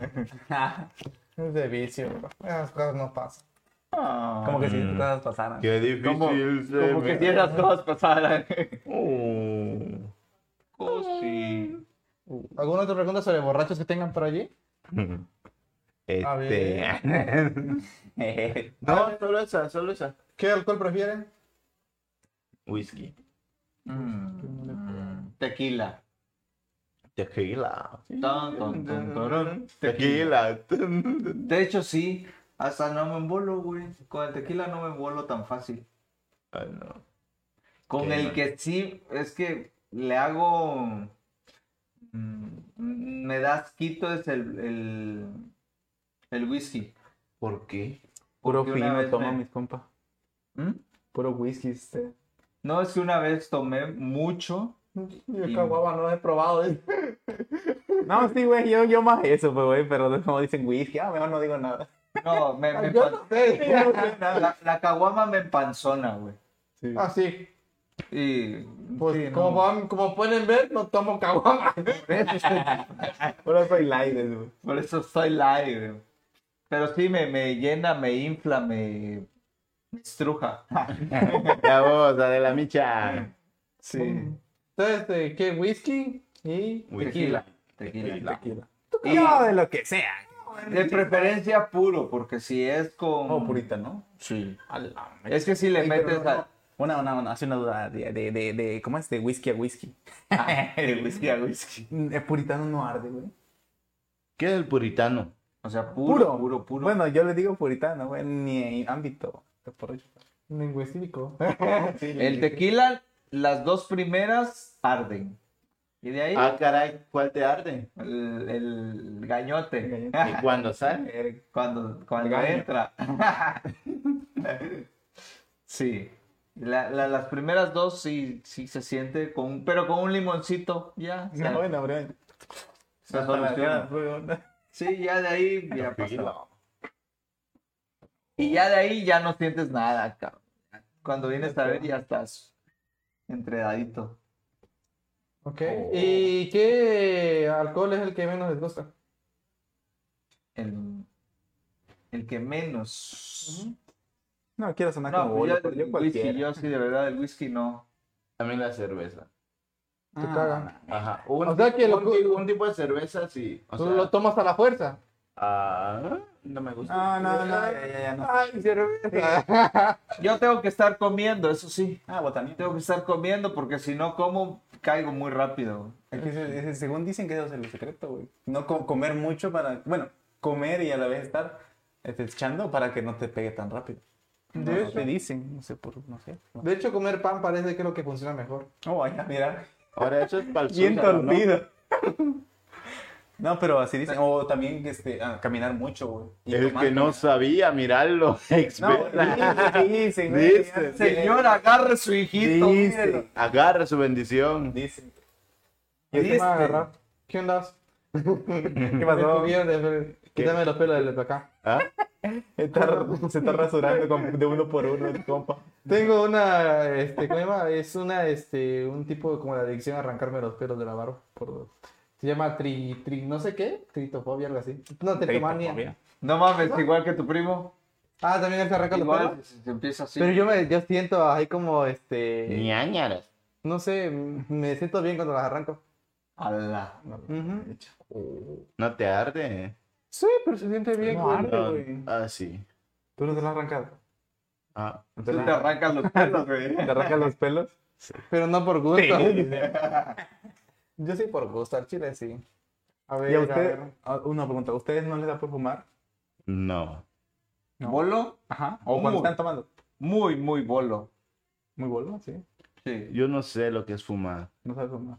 Speaker 3: Es de vicio, bro. Esas cosas no pasan.
Speaker 4: Ah,
Speaker 2: Como que si estas cosas pasaran.
Speaker 1: Qué difícil.
Speaker 4: como,
Speaker 1: se
Speaker 4: como que
Speaker 1: me-
Speaker 4: si esas cosas pasaran. Pues
Speaker 1: Oh.
Speaker 4: Cosi.
Speaker 3: ¿Alguna otra pregunta sobre borrachos que tengan por allí? A ver.
Speaker 1: Este. *laughs* No, solo esa, solo esa.
Speaker 3: ¿Qué alcohol prefieren?
Speaker 1: Whisky.
Speaker 3: pues
Speaker 4: Mm, Tequila.
Speaker 1: Tequila.
Speaker 4: Tan, tan, tan, tarán.
Speaker 1: Tequila.
Speaker 4: De hecho, sí. Hasta no me embolo, güey. Con el tequila no me embolo tan fácil.
Speaker 1: Ay, no.
Speaker 4: Con
Speaker 1: Qué
Speaker 4: el
Speaker 1: mal.
Speaker 4: que sí, es que le hago. mm, Me da asquito es el, el, el whisky.
Speaker 1: ¿Por qué?
Speaker 2: *laughs* Puro
Speaker 4: Porque una
Speaker 2: fino
Speaker 4: vez
Speaker 2: toma
Speaker 4: me-
Speaker 2: mis compas.
Speaker 4: ¿Mm?
Speaker 2: Puro whisky. Este.
Speaker 4: No, es que una vez tomé mucho.
Speaker 3: Yo caguaba, no he probado. dice.
Speaker 2: No, sí, güey, yo, yo más eso, pues, güey, pero como dicen whisky, ah, mejor no digo nada.
Speaker 4: No, me, me
Speaker 3: *laughs* *laughs* Yo
Speaker 4: empan-
Speaker 3: no sé.
Speaker 4: la, la caguama me empanzona, güey.
Speaker 2: Sí.
Speaker 3: Así.
Speaker 4: Y.
Speaker 3: Ah, Pues
Speaker 4: sí, no.
Speaker 3: como, van- como pueden ver, no tomo caguama.
Speaker 2: Puro soy light, güey.
Speaker 4: Por eso soy live. güey. Pero sí, me, me llena, me infla, me, me estruja.
Speaker 1: La voz, la de la micha.
Speaker 2: Sí.
Speaker 3: Entonces, eh, ¿qué? ¿Whisky? Y
Speaker 1: Tequila.
Speaker 3: tequila.
Speaker 4: Tequila.
Speaker 2: Tequila.
Speaker 4: Y-
Speaker 2: Yo de lo que sea.
Speaker 4: De preferencia puro, porque si es con.
Speaker 2: Oh, purita, ¿no?
Speaker 4: Sí.
Speaker 2: A la
Speaker 4: Es que si le
Speaker 2: Sí, pero
Speaker 4: metes
Speaker 2: no,
Speaker 4: a. *laughs*
Speaker 2: no. Una, una, una, hace una duda de, de, de, de- ¿cómo es? De whisky a whisky. Ah,
Speaker 4: de whisky a
Speaker 2: *laughs*
Speaker 4: whisky.
Speaker 2: El puritano no arde, güey.
Speaker 1: ¿Qué es el puritano?
Speaker 4: O sea, puro, puro, puro.
Speaker 2: Bueno, yo le digo puritano, güey, ni en ámbito. de por-
Speaker 3: Lingüístico.
Speaker 4: el tequila, las dos primeras arden. Y de ahí,
Speaker 1: Ah, caray, ¿cuál te arde?
Speaker 4: el, el
Speaker 3: *laughs*
Speaker 4: gañote.
Speaker 1: ¿Y cuándo sale? *laughs*
Speaker 4: Cuando, cuando
Speaker 2: Gaño.
Speaker 4: entra. *laughs* sí. La- la- las primeras dos sí, sí se siente, con, un- pero con un limoncito, ya. se-
Speaker 2: No, bueno, bro.
Speaker 4: se soluciona. Sí, ya de ahí ya pasó. Y ya de ahí ya no sientes nada, cabrón. Cuando vienes a ver ya estás entredadito.
Speaker 3: Ok.
Speaker 4: Oh.
Speaker 3: ¿Y qué alcohol es el que menos les gusta?
Speaker 4: El, el que menos.
Speaker 2: No quiero sonar
Speaker 4: No,
Speaker 2: como
Speaker 4: pues
Speaker 2: boludo,
Speaker 4: yo,
Speaker 2: yo
Speaker 4: el
Speaker 2: cualquiera.
Speaker 4: whisky, yo sí, de verdad, el whisky no.
Speaker 1: A mí la cerveza.
Speaker 2: Ah,
Speaker 3: Te caga.
Speaker 1: Ajá. Un,
Speaker 3: O sea que lo-
Speaker 1: un, ti- un tipo de cerveza, sí. O
Speaker 3: ¿Tú
Speaker 1: sea,
Speaker 3: lo tomas a la fuerza?
Speaker 1: ah, no me gusta.
Speaker 2: No, no, no, ya, ya, ya, no.
Speaker 3: Ay, cerveza.
Speaker 4: Yo tengo que estar comiendo, eso sí.
Speaker 2: Ah, botanito.
Speaker 4: Tengo que estar comiendo porque si no como, caigo muy rápido.
Speaker 2: Es que ese- ese- según dicen que ese es el secreto, güey. No co- comer mucho para, bueno, comer y a la vez estar este, echando para que no te pegue tan rápido. No,
Speaker 3: De
Speaker 2: no
Speaker 3: hecho.
Speaker 2: te dicen, no sé por, no sé. No.
Speaker 3: De hecho, comer pan parece que es lo que funciona mejor.
Speaker 2: Oh, vaya, mira.
Speaker 1: Ahora eso es para el
Speaker 2: Bien
Speaker 1: zúcaro, ¿no?
Speaker 2: torcido. *laughs* No, pero así dicen. O también este, ah, caminar mucho, güey. Y
Speaker 1: El
Speaker 2: tomar-
Speaker 1: que no sabía *laughs* mirarlo.
Speaker 2: No, dicen, güey.
Speaker 1: Dicen.
Speaker 4: Señor, agarre su hijito. mírelo.
Speaker 1: Dice, agarra su bendición.
Speaker 2: Dicen.
Speaker 3: Yo te
Speaker 4: Dice.
Speaker 3: voy a agarrar. ¿Qué onda?
Speaker 2: ¿Qué
Speaker 3: Me
Speaker 2: pasó?
Speaker 3: tuvieron de- Quítame los pelos de acá.
Speaker 1: ¿Ah?
Speaker 2: Está- se está rasurando con- de uno por uno, el compa.
Speaker 3: Tengo una, este, ¿cómo se llama? Es una, este, un tipo de- como de adicción a arrancarme los pelos de la barba. Por... Se llama tri, tri, no sé qué, tritofobia, algo así. No, tritomania.
Speaker 2: Homofobia.
Speaker 4: No mames, igual que tu primo.
Speaker 3: Ah, también él se arranca los
Speaker 4: Igual
Speaker 3: pelos.
Speaker 4: se se empieza así.
Speaker 3: Pero yo me, yo siento ahí como, este,
Speaker 1: Ñañaras.
Speaker 3: no sé, me siento bien cuando las arranco.
Speaker 4: Ala.
Speaker 3: Ujú.
Speaker 1: No te arde. eh.
Speaker 3: Sí, pero se siente bien.
Speaker 2: No
Speaker 3: güey.
Speaker 2: arde,
Speaker 1: No,
Speaker 2: güey.
Speaker 1: Ah, sí.
Speaker 2: ¿Tú no te lo has arrancado?
Speaker 1: Ah,
Speaker 4: Tú te arrancas los *laughs* pelos, güey.
Speaker 2: ¿Te arrancas los pelos?
Speaker 3: Pero no por gusto.
Speaker 4: Pero
Speaker 3: *laughs* Yo sí por gusto, al chile sí. A ver,
Speaker 2: Y a
Speaker 3: a
Speaker 2: usted,
Speaker 3: ver.
Speaker 2: a- Ah, una pregunta, ¿a ustedes no les da por fumar?
Speaker 1: no.
Speaker 4: ¿Bolo?
Speaker 2: Ajá. ¿O cuando
Speaker 4: Muy.
Speaker 2: están tomando?
Speaker 4: Muy, muy bolo.
Speaker 2: Muy boludo, sí.
Speaker 4: Sí.
Speaker 1: Yo no sé lo que es fumar.
Speaker 2: No sabes fumar.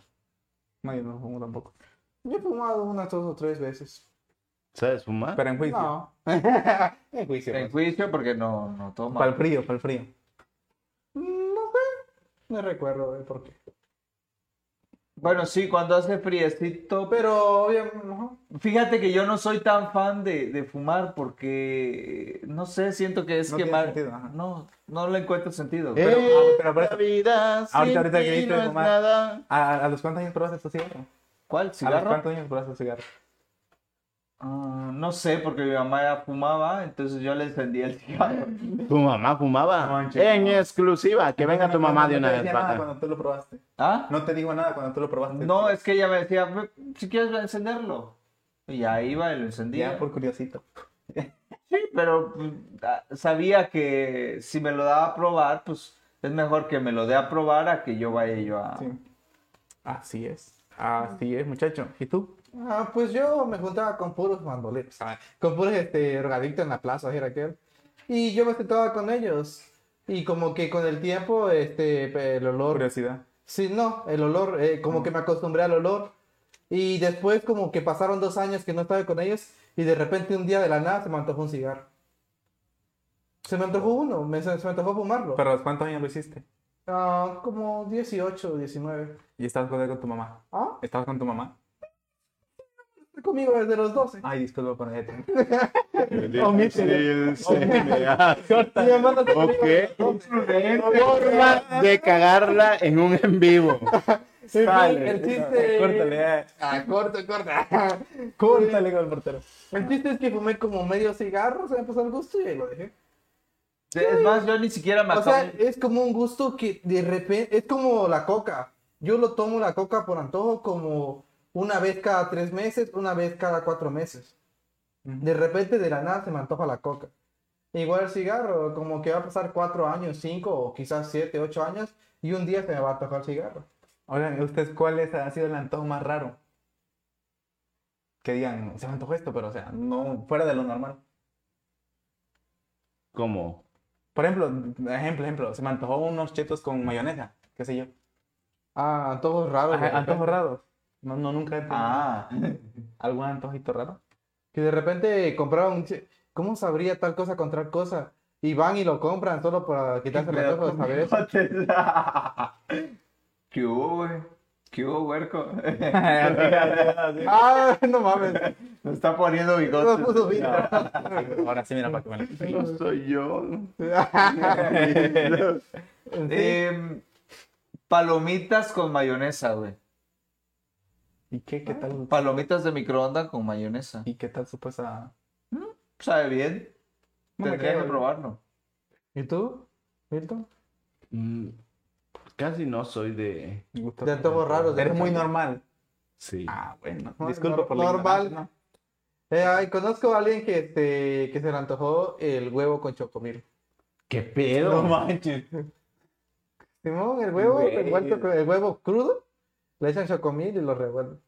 Speaker 2: No, yo no fumo tampoco.
Speaker 3: Yo he fumado unas dos o tres veces.
Speaker 1: ¿Sabes fumar?
Speaker 2: Pero en juicio.
Speaker 3: No. en juicio.
Speaker 4: En
Speaker 3: pues.
Speaker 4: juicio porque no, no toma.
Speaker 2: Para el frío, para el frío.
Speaker 3: No sé. No recuerdo el por qué.
Speaker 4: Bueno, sí, cuando hace friecito,
Speaker 3: Pero
Speaker 4: pero
Speaker 3: obviamente, ajá.
Speaker 4: fíjate que yo no soy tan fan de, de fumar porque, no sé, siento que es
Speaker 2: No tiene
Speaker 4: quemar.
Speaker 2: sentido, ajá.
Speaker 4: no, no le encuentro sentido.
Speaker 1: pero,
Speaker 4: Pero,
Speaker 2: ah, pero por eso-
Speaker 1: Eh, vida
Speaker 2: ahorita- ahorita que
Speaker 1: ti
Speaker 2: dijiste
Speaker 1: no es
Speaker 2: fumar.
Speaker 1: nada.
Speaker 2: ¿A, a los cuántos años probaste tu cigarro?
Speaker 4: ¿cuál?
Speaker 2: ¿A los
Speaker 4: ¿Cigarro?
Speaker 2: cuántos años probaste tu cigarro?
Speaker 4: Ah, no sé, porque mi mamá ya fumaba, entonces yo le encendía el cigarro.
Speaker 1: Tu mamá fumaba.
Speaker 2: No manches.
Speaker 1: en exclusiva, que venga
Speaker 2: No,
Speaker 1: tu
Speaker 2: no,
Speaker 1: mamá
Speaker 2: no
Speaker 1: de una
Speaker 2: te
Speaker 1: vez.
Speaker 2: decía
Speaker 1: para
Speaker 2: nada
Speaker 1: acá.
Speaker 2: cuando tú lo probaste.
Speaker 4: ¿Ah?
Speaker 2: No te digo nada cuando tú lo probaste.
Speaker 4: No, es que ella me decía, "Ve, si quieres ve a encenderlo. Y ahí iba y lo encendía.
Speaker 2: Ya, por curiosito.
Speaker 4: Sí, pero pues, ah, sabía que si me lo daba a probar, pues es mejor que me lo dé a probar a que yo vaya yo a...
Speaker 2: Sí. Ah. Así es. Así es, muchacho. ¿Y tú?
Speaker 3: Ah, pues yo me juntaba con puros bandoleros, ah, con puros este, drogadictos en la plaza, era aquel. Y yo me sentaba con ellos. Y como que con el tiempo, este, el olor
Speaker 2: Curiosidad.
Speaker 3: Sí, no, el olor, eh, como que me acostumbré al olor. Y después como que pasaron dos años que no estaba con ellos y de repente un día de la nada se me antojó un cigarro. Se me antojó uno, me, se, se me antojó fumarlo.
Speaker 2: ¿Pero a los cuántos años lo hiciste?
Speaker 3: Ah, como 18, 19.
Speaker 2: ¿Y estabas con, con tu mamá?
Speaker 3: Ah,
Speaker 2: ¿Estabas con tu mamá?
Speaker 3: está conmigo desde los 12.
Speaker 2: Ay, disculpa por el *laughs*
Speaker 3: Omítelo.
Speaker 1: Sí, me hace.
Speaker 3: Mi mamá no está conmigo
Speaker 1: Ok.
Speaker 3: desde los 12.
Speaker 1: Forma de cagarla en un en vivo.
Speaker 3: En fin, el chiste...
Speaker 2: Córtale, eh.
Speaker 3: Ah, corta, corta.
Speaker 2: *laughs* córtale con el portero.
Speaker 3: El chiste es que fumé como medio cigarro, se me pasó el gusto y ahí lo dejé.
Speaker 4: Es más, yo ni siquiera me
Speaker 3: O sea,
Speaker 4: acabo-
Speaker 3: es como un gusto que de repente, es como la coca. Yo lo tomo la coca por antojo como una vez cada tres meses, una vez cada cuatro meses. De repente de la nada se me antoja la coca. Igual el cigarro, como que va a pasar cuatro años, cinco o quizás siete, ocho años y un día se me va a antojar el cigarro.
Speaker 2: Oigan, ¿ustedes cuál es- ha sido el antojo más raro? Que digan, se me antojó esto, pero o sea, no, fuera de lo normal.
Speaker 1: ¿Cómo?
Speaker 2: Por ejemplo, ejemplo, ejemplo, se me antojó unos chetos con mayonesa, qué sé yo.
Speaker 3: Ah, antojos raros. de
Speaker 2: Ajá, antojos
Speaker 3: repente.
Speaker 2: raros. No, no, nunca he tenido
Speaker 4: Ah, *laughs*
Speaker 2: algún antojito *laughs* raro.
Speaker 3: Que de repente compraron, ¿cómo sabría tal cosa con tal cosa? Y van y lo compran solo para quitarse el
Speaker 4: Pero
Speaker 3: antojo de
Speaker 4: ¿cómo
Speaker 3: saber eso.
Speaker 4: ¿Qué hubo, güey? ¿Qué hubo, huerco? *laughs*
Speaker 3: Ah, *laughs* no mames.
Speaker 4: Me está poniendo
Speaker 3: No
Speaker 4: bigote.
Speaker 3: puso bien.
Speaker 2: Ahora sí, mira, para que me lo-
Speaker 1: No soy *laughs* yo.
Speaker 3: *laughs*
Speaker 4: Em, palomitas con mayonesa, güey.
Speaker 2: ¿Y qué, qué tal?
Speaker 4: Palomitas de microondas con mayonesa.
Speaker 2: ¿Y qué tal supuesta?
Speaker 4: ¿Sabe bien?
Speaker 2: No me
Speaker 4: Tendría
Speaker 2: creo,
Speaker 4: que
Speaker 2: güey.
Speaker 4: probarlo.
Speaker 3: ¿Y tú, Milton?
Speaker 1: Mm, Casi no soy de.
Speaker 2: gusto?
Speaker 3: De antojos raros, de
Speaker 2: Eres muy
Speaker 3: repente.
Speaker 2: normal.
Speaker 1: Sí.
Speaker 2: Ah, bueno.
Speaker 3: No,
Speaker 2: Disculpa por la
Speaker 3: normal.
Speaker 2: ignorancia, ¿no?
Speaker 3: Eh, ay, conozco a alguien que, este, que se le antojó el huevo con chocomil.
Speaker 1: ¿Qué pedo?
Speaker 2: No manches.
Speaker 3: Simón, el huevo
Speaker 2: Güey.
Speaker 3: revuelto con- el huevo crudo, le echan chocomil y lo revuelven.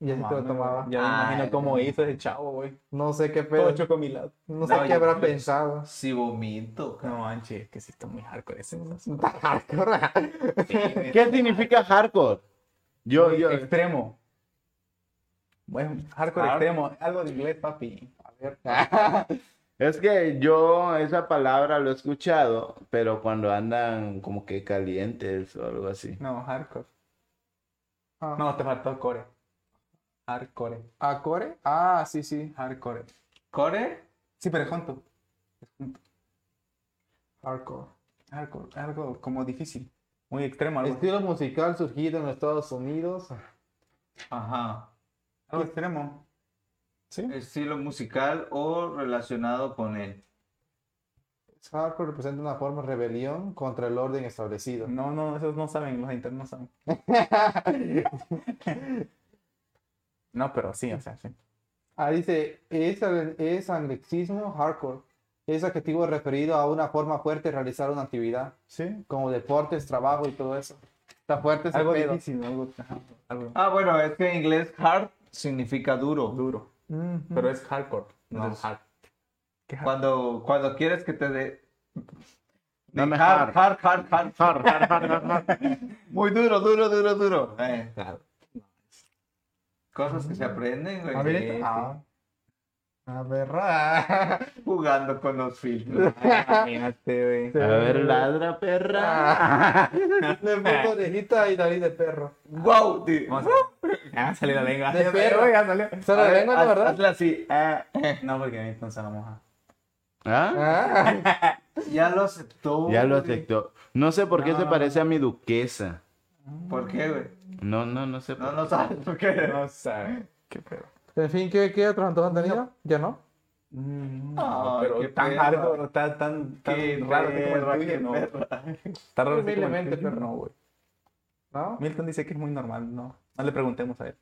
Speaker 3: Y así se lo
Speaker 2: Mames,
Speaker 3: tomaba.
Speaker 2: Ya me
Speaker 4: Ay,
Speaker 2: imagino cómo
Speaker 4: no.
Speaker 2: hizo ese chavo, güey.
Speaker 3: No sé qué
Speaker 2: Todo
Speaker 3: pedo.
Speaker 2: chocomilado.
Speaker 3: No sé
Speaker 4: No,
Speaker 3: qué
Speaker 4: yo-
Speaker 3: habrá pensado.
Speaker 4: Si vomito,
Speaker 2: No manches, es que sí está muy hardcore ese.
Speaker 3: *laughs* Está hardcore.
Speaker 1: ¿Qué significa hardcore? Yo, yo.
Speaker 2: Extremo. Bueno, hardcore
Speaker 4: Hard-
Speaker 2: extremo. Algo de inglés, papi. A ver.
Speaker 3: Ah.
Speaker 1: Es que yo esa palabra lo he escuchado, pero cuando andan como que calientes o algo así.
Speaker 2: No, hardcore.
Speaker 3: Ah.
Speaker 2: No, te faltó core. Hardcore.
Speaker 3: ¿A core? Ah, sí, sí.
Speaker 2: Hardcore.
Speaker 4: ¿Core?
Speaker 2: Sí, pero junto.
Speaker 3: Hardcore.
Speaker 2: Hardcore. Algo como difícil. Muy extremo. Algo,
Speaker 3: Estilo musical surgido en los Estados Unidos.
Speaker 4: Ajá.
Speaker 2: algo extremo. Sí.
Speaker 4: Estilo musical o relacionado con él.
Speaker 3: Hardcore representa una forma de rebelión contra el orden establecido.
Speaker 2: No, no, esos no saben, los internos
Speaker 3: *laughs*
Speaker 2: saben. No, pero sí, o sea, sí.
Speaker 3: Ah, dice, es, es anglicismo hardcore. Es adjetivo referido a una forma fuerte de realizar una actividad,
Speaker 2: Sí.
Speaker 3: como deportes, trabajo y todo eso. Está fuerte ese
Speaker 2: Algo
Speaker 3: pedo. *laughs*
Speaker 2: difícil, algo, ajá, algo
Speaker 4: Ah, bueno, es que en inglés hard significa duro.
Speaker 2: duro.
Speaker 3: Ujú.
Speaker 2: Pero es hardcore, no
Speaker 4: Entonces-
Speaker 2: hard. ¿Qué hard?
Speaker 4: Cuando, cuando quieres que te dé.
Speaker 1: Dame
Speaker 4: hard,
Speaker 1: hard.
Speaker 4: hard, hard, hard. Muy duro, duro, duro, duro. Eh, Cosas que se aprenden, güey.
Speaker 3: A ver,
Speaker 4: Sí,
Speaker 3: esta- ah. A ver, ra-
Speaker 4: sí. Jugando con los filtros.
Speaker 2: Ah, Imagínate, güey.
Speaker 1: A ver, ladra perra.
Speaker 3: Le pongo orejita y nariz de perro.
Speaker 4: ¡Wow!
Speaker 2: *laughs* Vamos a- Ya salió la lengua.
Speaker 3: De perro.
Speaker 2: Ya salió.
Speaker 3: Solo la lengua, la verdad.
Speaker 4: Hazla así. ah.
Speaker 2: No, porque a mí entonces la moja.
Speaker 1: ¿Ah?
Speaker 3: Ah,
Speaker 4: Ya lo aceptó.
Speaker 1: Ya lo
Speaker 4: güey.
Speaker 1: aceptó. No sé por qué se parece a mi duquesa.
Speaker 4: ¿Por qué, güey?
Speaker 1: No, no, no sé.
Speaker 4: No,
Speaker 1: Por...
Speaker 4: no sabes por qué.
Speaker 2: No sabe. Qué pedo.
Speaker 3: en fin, ¿qué, qué otros antojos han tenido? ¿Ya no?
Speaker 2: Mm, No, pero
Speaker 4: qué
Speaker 2: tan
Speaker 4: perro.
Speaker 2: hardcore, tan, tan, tan
Speaker 4: Qué
Speaker 2: raro así como
Speaker 4: perro,
Speaker 2: el tuyo,
Speaker 4: qué
Speaker 2: no.
Speaker 4: perro.
Speaker 2: Está raro así como el
Speaker 3: Humildemente,
Speaker 2: tuyo,
Speaker 3: perro.
Speaker 2: no, güey.
Speaker 3: ¿No?
Speaker 2: Milton dice que es muy normal, no. No le preguntemos a él.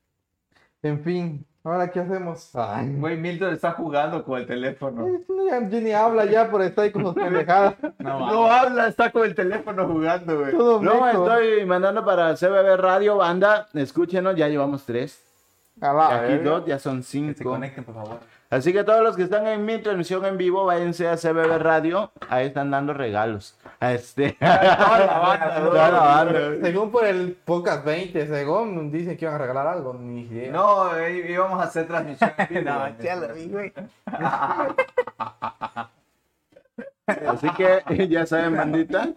Speaker 3: En fin, ¿ahora qué hacemos? Ay,
Speaker 4: Güey, Milton está jugando con el teléfono.
Speaker 3: ya, ya ni habla ya por estar ahí con sus pendejadas.
Speaker 2: No,
Speaker 4: No habla, está con el teléfono jugando, güey.
Speaker 3: Todo
Speaker 1: No,
Speaker 3: meco.
Speaker 1: estoy mandando para CBB Radio Banda. Escúchenos, ya llevamos tres.
Speaker 3: A la
Speaker 1: Aquí
Speaker 3: verga.
Speaker 1: dos, ya son
Speaker 2: que se
Speaker 1: cinco.
Speaker 2: conecten, por favor.
Speaker 1: Así que todos los que están en mi transmisión en vivo, váyanse a CBB Radio. Ahí están dando regalos. A Este.
Speaker 2: *laughs* Toda la banda,
Speaker 1: bro. *laughs* Toda la banda.
Speaker 3: Según por el podcast 20, según dicen que iban a regalar algo, ni idea.
Speaker 4: No, eh, íbamos a hacer transmisión. en vivo,
Speaker 2: güey.
Speaker 4: güey.
Speaker 1: Así que *laughs* ya saben, bandita.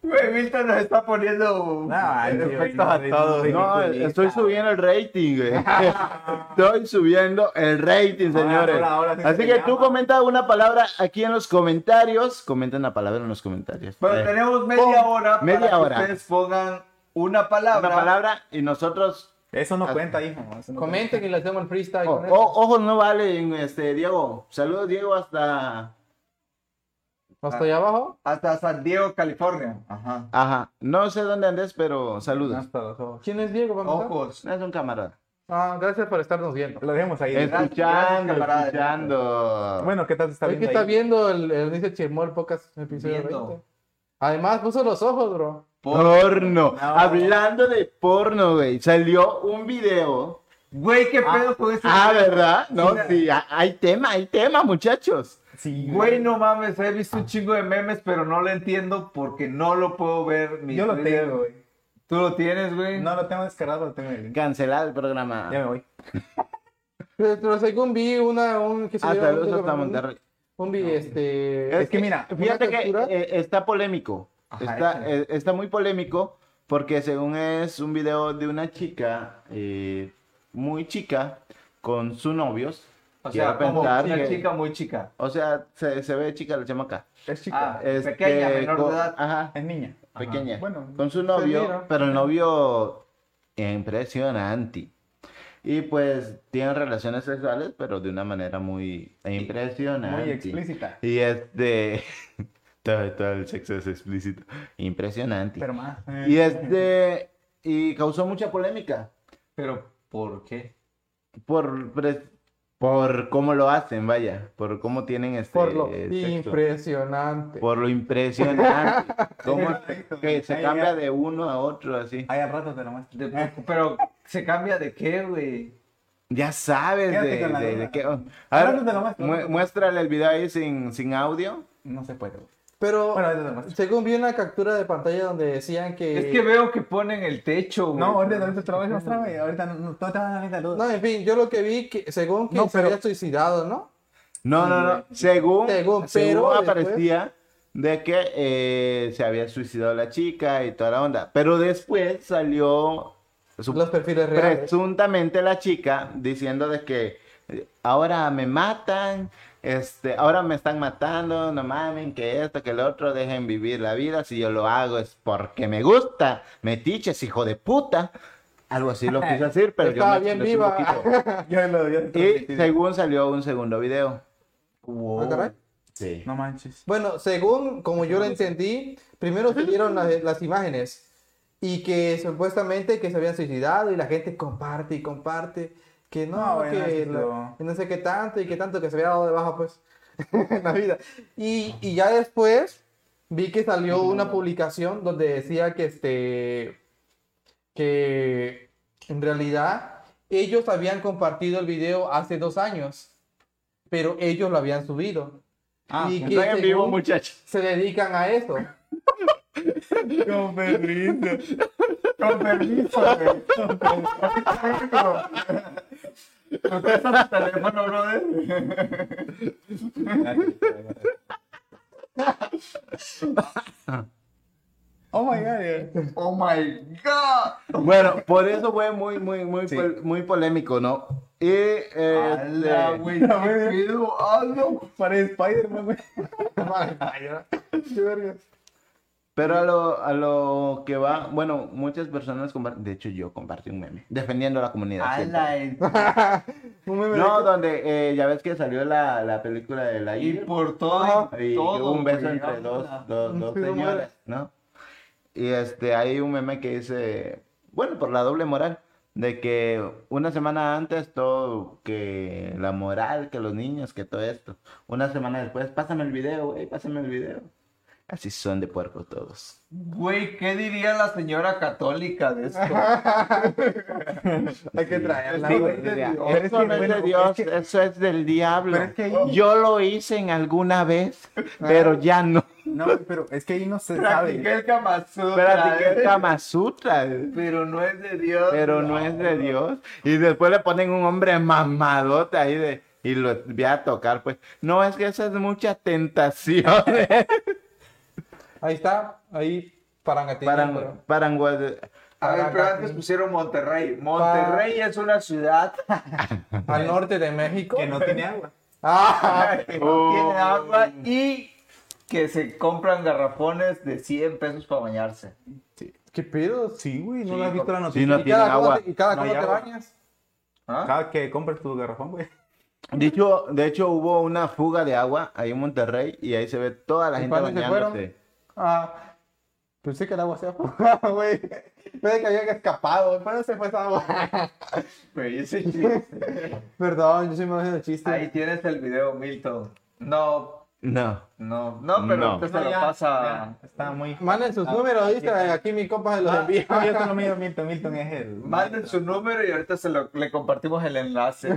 Speaker 4: Güey, Milton nos está poniendo
Speaker 2: ay, tío,
Speaker 4: efectos
Speaker 2: no, eh.
Speaker 4: a todos.
Speaker 2: no,
Speaker 1: No,
Speaker 2: Ridiculista.
Speaker 1: estoy subiendo el rating, güey. *laughs* Estoy subiendo el rating,
Speaker 2: Ahora,
Speaker 1: señores.
Speaker 2: ahora, ahora sí
Speaker 1: Así
Speaker 2: se
Speaker 1: que
Speaker 2: llama.
Speaker 1: tú comenta una palabra aquí en los comentarios. Comenten la palabra en los comentarios.
Speaker 4: Pero
Speaker 1: Eh,
Speaker 4: tenemos media
Speaker 1: pon-
Speaker 4: hora
Speaker 1: media
Speaker 4: para que
Speaker 1: hora.
Speaker 4: ustedes pongan una palabra.
Speaker 1: una palabra y nosotros.
Speaker 2: Eso no cuenta, hijo. eso no
Speaker 3: Comenten que le hacemos el freestyle.
Speaker 1: Oh,
Speaker 3: con eso.
Speaker 1: oh, ojos no valen, este, Diego. Saludos, Diego, hasta.
Speaker 3: ¿Hasta allá abajo?
Speaker 4: Hasta San Diego, California. Ajá.
Speaker 1: Ajá. No sé dónde andes, pero saludos.
Speaker 2: cuenta. Hasta los ojos.
Speaker 3: ¿Quién es Diego? Vamos
Speaker 4: Ojos.
Speaker 1: Es un camarada.
Speaker 3: Ah, gracias por estarnos viendo.
Speaker 2: Lo dejemos ahí.
Speaker 4: gracias,
Speaker 1: Escuchando,
Speaker 4: camarada.
Speaker 1: escuchando.
Speaker 2: Bueno, ¿qué tal se está
Speaker 3: Es que
Speaker 2: viendo
Speaker 3: está
Speaker 2: ahí?
Speaker 3: viendo el, el dice Chirmol Pocas episodio
Speaker 4: Viendo.
Speaker 3: 20. Además puso los ojos, bro.
Speaker 1: Porno.
Speaker 2: No.
Speaker 1: Hablando de porno, güey. Salió un video.
Speaker 4: Güey, qué
Speaker 1: Ah,
Speaker 4: pedo con este.
Speaker 1: Ah, ¿verdad? No,
Speaker 4: Mira.
Speaker 1: sí, ha- hay tema, hay tema, muchachos.
Speaker 2: Sí,
Speaker 4: Güey, no mames, he visto un chingo de memes, pero no lo entiendo porque no lo puedo ver. mi
Speaker 2: Yo lo
Speaker 4: Twitter.
Speaker 2: tengo, güey.
Speaker 4: ¿Tú lo tienes, güey?
Speaker 2: No lo tengo descargado, lo tengo en el-
Speaker 1: Cancelar el programa.
Speaker 2: Ya me voy.
Speaker 3: Pero, pero según vi una un que
Speaker 1: Hasta
Speaker 3: subieron
Speaker 1: luego,
Speaker 3: un-
Speaker 1: hasta Monterrey.
Speaker 3: Un video este
Speaker 2: Es que mira,
Speaker 3: una
Speaker 1: Fíjate que
Speaker 3: captura-
Speaker 1: eh, está polémico.
Speaker 4: Ajá,
Speaker 1: está,
Speaker 4: échale.
Speaker 1: eh, está muy polémico porque según es un video de una chica, eh, muy chica, con su novios.
Speaker 4: O
Speaker 1: Quiero
Speaker 4: sea, como
Speaker 1: pensar
Speaker 4: una
Speaker 1: que-
Speaker 4: chica muy chica.
Speaker 1: O sea, se, se ve chica la chamaca.
Speaker 2: Es
Speaker 4: Ah,
Speaker 2: chica.
Speaker 1: Este,
Speaker 4: pequeña, menor
Speaker 1: con-
Speaker 4: de edad.
Speaker 1: Ajá,
Speaker 2: Es niña.
Speaker 1: pequeña.
Speaker 2: Bueno,
Speaker 1: con su
Speaker 3: se
Speaker 1: novio,
Speaker 3: mira.
Speaker 1: pero el novio impresionante. Y pues tienen relaciones sexuales, pero de una manera muy impresionante.
Speaker 2: muy explícita.
Speaker 1: Y este. *laughs* todo, todo el sexo es explícito. Impresionante.
Speaker 2: Pero más. eh.
Speaker 1: Y este. Y causó mucha polémica
Speaker 4: Pero, ¿por qué?
Speaker 1: por, pres- por cómo lo hacen, vaya. Por cómo tienen este.
Speaker 3: por lo
Speaker 1: sexo.
Speaker 3: impresionante.
Speaker 1: Por lo *laughs* impresionante. Cómo que se
Speaker 2: Ahí,
Speaker 1: cambia
Speaker 2: ahí.
Speaker 1: de uno a otro así.
Speaker 2: Ahí al rato te lo muestro.
Speaker 4: De- pero, ¿se cambia de qué, güey?
Speaker 1: Ya sabes
Speaker 2: Quédate
Speaker 1: de,
Speaker 2: con la
Speaker 1: de-
Speaker 2: duda.
Speaker 1: de qué. A
Speaker 2: Ahora
Speaker 1: ver,
Speaker 2: tú te lo muestras,
Speaker 1: mu-
Speaker 2: ¿no?
Speaker 1: muéstrale el video ahí sin, sin audio.
Speaker 2: No se puede. güey.
Speaker 3: Pero
Speaker 2: Bueno, ahorita te lo muestro.
Speaker 3: según vi una captura de pantalla donde decían que
Speaker 4: Es que veo que ponen el techo, güey.
Speaker 2: No, ahorita ahorita te lo voy a mostrar, güey. Ahorita no, no- no te van a dar la luz.
Speaker 3: No, en fin, yo lo que vi que según que
Speaker 2: No,
Speaker 3: se
Speaker 2: pero-
Speaker 3: había suicidado, ¿no?
Speaker 1: No, no, no. Según, según
Speaker 3: Según, pero después-
Speaker 1: aparecía de que eh, se había suicidado la chica y toda la onda. Pero después salió su-
Speaker 3: Los perfiles reales.
Speaker 1: presuntamente la chica diciendo de que eh, ahora me matan, este, ahora me están matando, no mamen, que esto, que el otro, dejen vivir la vida. Si yo lo hago es porque me gusta, metiches, hijo de puta. Algo así lo
Speaker 3: *laughs*
Speaker 1: quise decir, pero yo
Speaker 3: Estaba
Speaker 1: me
Speaker 3: bien
Speaker 1: expresé un
Speaker 3: viva.
Speaker 1: poquito.
Speaker 3: *laughs*
Speaker 2: Yo lo yo te lo
Speaker 1: Y
Speaker 2: metí.
Speaker 1: según salió un segundo video.
Speaker 2: Wow.
Speaker 3: Ah, caray.
Speaker 1: Sí.
Speaker 2: No manches.
Speaker 3: Bueno, según como yo lo entendí, primero subieron las, las imágenes y que supuestamente que se habían suicidado y la gente comparte y comparte que no,
Speaker 2: No, Ah, bueno,
Speaker 3: que
Speaker 2: eso es
Speaker 3: la-
Speaker 2: lo-
Speaker 3: que no sé qué tanto y qué tanto que se había dado de baja pues *laughs* en la vida. Y, y ya después vi que salió una publicación donde decía que este que en realidad ellos habían compartido el video hace dos años, pero ellos lo habían subido.
Speaker 2: Ah,
Speaker 3: y que
Speaker 1: Están en vivo,
Speaker 3: según
Speaker 1: muchachos.
Speaker 3: *laughs* se dedican a eso.
Speaker 2: Con perrito.
Speaker 4: Con permiso, güey. Con permiso. Contesta tu teléfono, brother.
Speaker 2: Oh my god.
Speaker 4: Oh my god.
Speaker 1: Bueno, por eso fue muy, muy, muy,
Speaker 2: Sí.
Speaker 1: pol- muy polémico, ¿no? Y eh,
Speaker 3: Ah,
Speaker 4: Ala,
Speaker 1: eh,
Speaker 4: güey, qué pedo. Ah, Ala.
Speaker 2: Parece Spider-Man, güey.
Speaker 3: Qué verga.
Speaker 1: pero a lo, a lo que va, bueno, muchas personas comparten, de hecho yo compartí un meme, defendiendo a la comunidad. siempre.
Speaker 4: Ala, el-
Speaker 3: Un meme de-
Speaker 1: No, donde eh, ya ves que salió la, la película de la
Speaker 4: Y
Speaker 1: Eagle.
Speaker 4: por todo.
Speaker 3: Ajá.
Speaker 1: Y
Speaker 4: todo,
Speaker 1: Ah, un beso
Speaker 4: güey,
Speaker 1: entre dos,
Speaker 4: ala.
Speaker 1: dos,
Speaker 3: Un
Speaker 1: dos
Speaker 3: pido madre.
Speaker 1: señoras, ¿no? Y este, hay un meme que dice, bueno, por la doble moral, de que una semana antes todo, que la moral, que los niños, que todo esto. Una semana después, pásame el video, güey, pásame el video. Así son de puercos todos.
Speaker 4: Güey, ¿qué diría la señora
Speaker 1: *laughs*
Speaker 4: católica de esto?
Speaker 3: Hay que traerla,
Speaker 4: Sí,
Speaker 3: güey.
Speaker 4: güey, de Dios.
Speaker 1: Eso
Speaker 2: Pero es
Speaker 1: no
Speaker 2: que,
Speaker 1: es de
Speaker 2: bueno,
Speaker 1: Dios,
Speaker 2: es que-
Speaker 1: eso es del diablo.
Speaker 2: Pero es que ahí- Ah.
Speaker 1: Yo lo hice en alguna vez, pero ya no.
Speaker 2: No, güey, pero es que ahí no se
Speaker 4: Practiqué
Speaker 2: sabe.
Speaker 4: el Kama Sutra,
Speaker 1: Practiqué el
Speaker 4: ¿eh?
Speaker 1: Kama Sutra,
Speaker 4: Pero no es de Dios.
Speaker 1: pero no es de Dios. Y después le ponen un hombre mamadote ahí de. Y lo voy a tocar, pues. No, es que esa es mucha
Speaker 2: *laughs*
Speaker 1: tentación.
Speaker 3: Ahí está, ahí parangatín.
Speaker 1: Paran- Paranguay-
Speaker 4: A ver, pero antes pusieron Monterrey. Monterrey es una ciudad
Speaker 3: Al norte de México.
Speaker 2: Que no tiene agua.
Speaker 3: *laughs* Ah,
Speaker 4: que no
Speaker 1: Oh.
Speaker 4: tiene agua y que se compran garrafones de 100 pesos para bañarse.
Speaker 3: qué pedo.
Speaker 2: Sí, güey, no
Speaker 4: Sí,
Speaker 2: la has visto la
Speaker 1: sí,
Speaker 2: noticia.
Speaker 1: no
Speaker 3: ¿Y
Speaker 1: tienen
Speaker 3: cada
Speaker 1: agua.
Speaker 3: cuándo te- ¿Y cada
Speaker 2: No
Speaker 3: cuándo
Speaker 2: hay
Speaker 3: te
Speaker 2: agua.
Speaker 3: bañas?
Speaker 4: ¿Ah?
Speaker 2: Cada que compres tu garrafón, güey.
Speaker 1: De hecho, de hecho, hubo una fuga de agua ahí en Monterrey y ahí se ve toda la
Speaker 3: ¿Y
Speaker 1: gente
Speaker 3: para dónde se
Speaker 1: bañándose.
Speaker 3: Ah, pensé que el agua se afogaba, güey. Pensé que habían escapado, pero se fue esa agua.
Speaker 4: Güey, ese chiste.
Speaker 3: *laughs* Perdón, yo soy me haciendo chiste.
Speaker 4: Ahí
Speaker 2: Este
Speaker 4: tienes el video, Milton. No,
Speaker 1: No.
Speaker 4: no, no, pero
Speaker 1: No.
Speaker 4: usted se
Speaker 2: No,
Speaker 4: lo
Speaker 2: ya,
Speaker 4: pasa.
Speaker 2: ya, Está muy.
Speaker 3: Manden sus números, ¿viste? Aquí mi compa se los
Speaker 2: Ah,
Speaker 3: envía.
Speaker 2: no, yo te lo mido, Milton. Milton es el.
Speaker 4: Manden su número y ahorita se lo, le compartimos el enlace.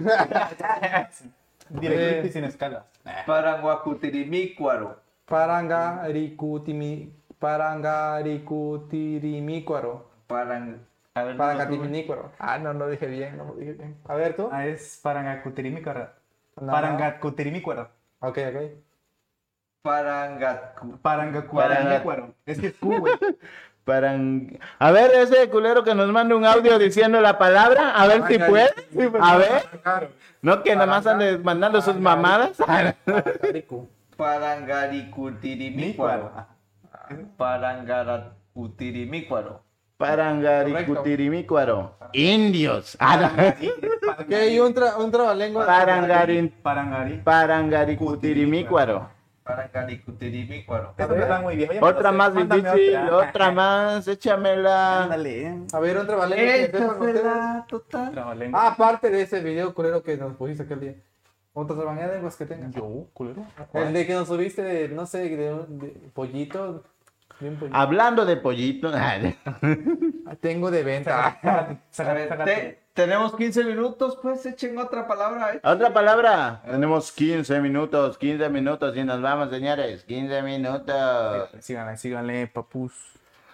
Speaker 2: Directito y sin escalas.
Speaker 4: Paranguacutirimicuaro.
Speaker 3: Parangaricutimi, parangaricutirimícuaro.
Speaker 4: Paran... A ver, no,
Speaker 3: Parangatiminícuaro. Ah, no, no dije bien, no lo dije bien. A ver, tú.
Speaker 2: Ah, es Parangacutirimicuara.
Speaker 3: No.
Speaker 2: Parangacutirimicuara.
Speaker 3: Ok, ok.
Speaker 4: Parangacu-
Speaker 2: Parangacutirimicuara. Es que es Q, güey.
Speaker 1: Paran... A ver, ese culero que nos manda un audio diciendo la palabra, a ver si
Speaker 3: Ay,
Speaker 1: puede.
Speaker 3: sí, pues,
Speaker 1: A ver,
Speaker 3: claro.
Speaker 1: no que nada más ande mandando sus mamadas.
Speaker 3: Parangaricu.
Speaker 4: Parangaricutirimícuaro.
Speaker 2: Ah,
Speaker 4: Parangaracutirimícuaro.
Speaker 1: Parangaricutirimícuaro. Indios. Ah, no.
Speaker 3: Ok, y un, tra un trabalengua.
Speaker 1: Parangarin-
Speaker 2: Parangari.
Speaker 1: Parangaricutirimícuaro.
Speaker 4: Parangaricutirimícuaro.
Speaker 2: Esta no está muy vieja, ya me
Speaker 1: Otra
Speaker 2: lo sé.
Speaker 1: más
Speaker 2: Mándame
Speaker 1: difícil, otra más, échamela.
Speaker 2: Ándale.
Speaker 3: A ver, un trabalengua. que esté con ustedes.
Speaker 4: Échasela total.
Speaker 2: Trabalengua.
Speaker 3: Ah, aparte de ese video culero que nos pusiste aquel día. Otras lenguas que tengas.
Speaker 2: Ah, Yo, culero.
Speaker 3: El de que nos subiste de, no sé, de un de pollito. De un pollito.
Speaker 1: Hablando de pollito. *laughs*
Speaker 3: Tengo de venta.
Speaker 4: A ver, te- tenemos 15 minutos, pues echen otra palabra. eh.
Speaker 1: Otra palabra. Tenemos 15 minutos, 15 minutos y nos vamos, señores. 15 minutos.
Speaker 2: Síganle, síganle, papus.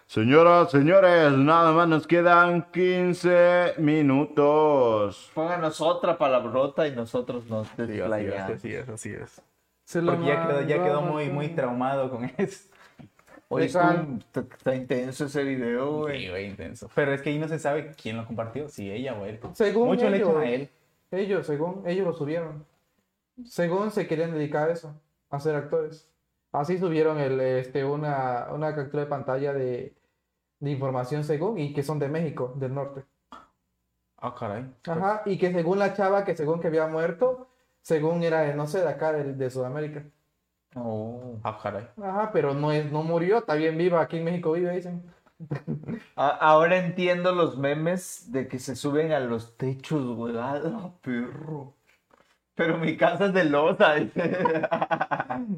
Speaker 1: Señoras, señores, nada más nos quedan 15 minutos.
Speaker 4: Pónganos otra palabrota y nosotros nos
Speaker 2: Así es,
Speaker 4: desplayamos.
Speaker 2: así es, así es.
Speaker 3: Se lo
Speaker 2: Porque ya quedó, ya quedó
Speaker 3: mandó,
Speaker 2: muy, muy
Speaker 3: sí.
Speaker 2: traumado con *laughs* eso.
Speaker 4: Oye,
Speaker 3: Dejan-
Speaker 4: está, está intenso ese video, güey.
Speaker 2: Sí, güey, intenso. Pero es que ahí no se sabe quién lo compartió, si ella o él.
Speaker 3: Según
Speaker 2: Mucho eh. le
Speaker 3: ellos.
Speaker 2: echan a él.
Speaker 3: Ellos, según, ellos lo subieron. Según se querían dedicar a eso, a ser actores. Así subieron el, este, una, una captura de pantalla de, de información según, y que son de México, del norte.
Speaker 2: Ah, caray.
Speaker 3: Ajá, y que según la chava, que según que había muerto, según era de, no sé, de acá, de, de Sudamérica.
Speaker 4: Oh.
Speaker 2: Ah, caray.
Speaker 3: Ajá, pero no es, no murió, está bien viva, aquí en México vive, dicen.
Speaker 4: A- ahora entiendo los memes de que se suben a los techos, güey. ¡Ah, perro! Pero mi casa es de losa. *laughs*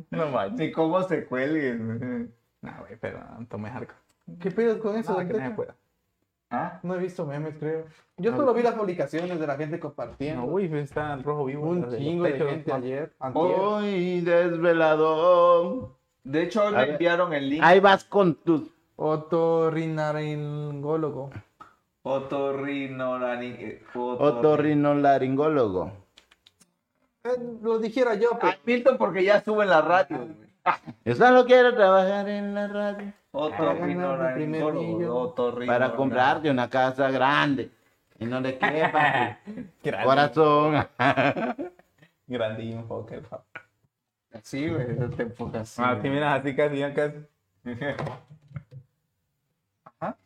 Speaker 2: No manches.
Speaker 4: Ni cómo se cuelguen.
Speaker 2: No, güey, pero no, tomé hardcore.
Speaker 3: ¿Qué pedo con eso
Speaker 2: No,
Speaker 3: del
Speaker 2: que no me
Speaker 3: techo?
Speaker 2: pueda.
Speaker 4: ¿Ah?
Speaker 3: No he visto memes, creo. Yo solo vi las publicaciones de la gente compartiendo.
Speaker 2: No, güey, está el rojo vivo.
Speaker 3: Un
Speaker 2: los
Speaker 3: chingo de
Speaker 2: techos,
Speaker 3: gente
Speaker 2: no. Oh,
Speaker 3: ayer, antier.
Speaker 1: Hoy desvelado.
Speaker 4: De hecho, hoy
Speaker 1: A
Speaker 4: me
Speaker 1: ver.
Speaker 4: enviaron el link.
Speaker 1: Ahí vas con tus
Speaker 3: Otorrinolaringólogo.
Speaker 4: Otorrinolaring...
Speaker 1: Otorrinolaringólogo.
Speaker 3: Eh, lo dijera yo, pues. pero...
Speaker 4: Milton porque ya sube en la radio. güey.
Speaker 1: Eso no quiero trabajar en la radio.
Speaker 4: Otorrinolaringólogo. Otorrinolaring-
Speaker 1: Para comprarte una casa grande. Y no le quepa tu *laughs*
Speaker 2: Grande,
Speaker 1: corazón.
Speaker 2: grande y enfoque, papá.
Speaker 4: Sí, güey, no te enfocas.
Speaker 2: Ah, sí, mira, así casi, ya casi. *laughs* Ajá.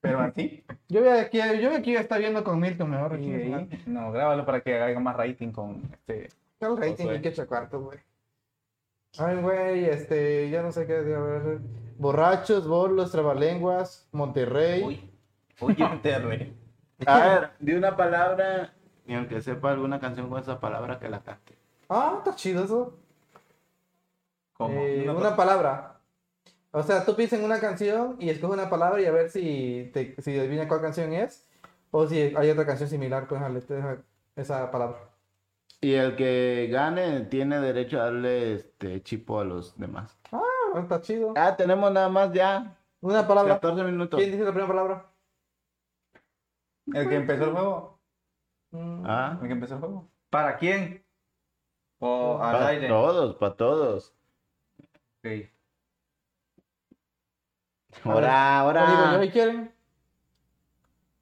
Speaker 2: Pero así.
Speaker 3: Yo voy aquí, yo voy aquí a estar viendo con Milton mejor. aquí, ¿no?
Speaker 2: No, grábalo para que haga más rating con este.
Speaker 3: Ya los rating
Speaker 2: Josué.
Speaker 3: hay que cuarto, güey. Ay, güey, este, ya no sé qué decir. a ver. Borrachos, bolos, trabalenguas, Monterrey.
Speaker 4: Uy.
Speaker 2: *laughs* Oye, Terry.
Speaker 1: A ver, de una palabra, ni aunque sepa alguna canción con esa palabra que la cante.
Speaker 3: Ah, está chido eso.
Speaker 2: ¿Cómo?
Speaker 3: Eh,
Speaker 2: Una
Speaker 3: una,
Speaker 2: pa-
Speaker 3: palabra. O sea, tú piensas en una canción y escoges una palabra y a ver si, te, si adivina cuál canción es. O si hay otra canción similar pues, con esa, esa palabra.
Speaker 1: Y el que gane tiene derecho a darle este chipo a los demás.
Speaker 3: Ah, está chido.
Speaker 1: Ah, tenemos nada más ya
Speaker 3: Una palabra.
Speaker 1: 14 minutos.
Speaker 3: ¿Quién dice la primera palabra?
Speaker 2: El que empezó el juego.
Speaker 3: Mm,
Speaker 1: Ah,
Speaker 2: El que empezó el juego.
Speaker 4: ¿Para quién? O al
Speaker 1: para
Speaker 4: aire.
Speaker 1: todos, para todos.
Speaker 4: Ok.
Speaker 1: Ahora,
Speaker 3: lo digo yo,
Speaker 1: ahora.
Speaker 3: ¿y quieren?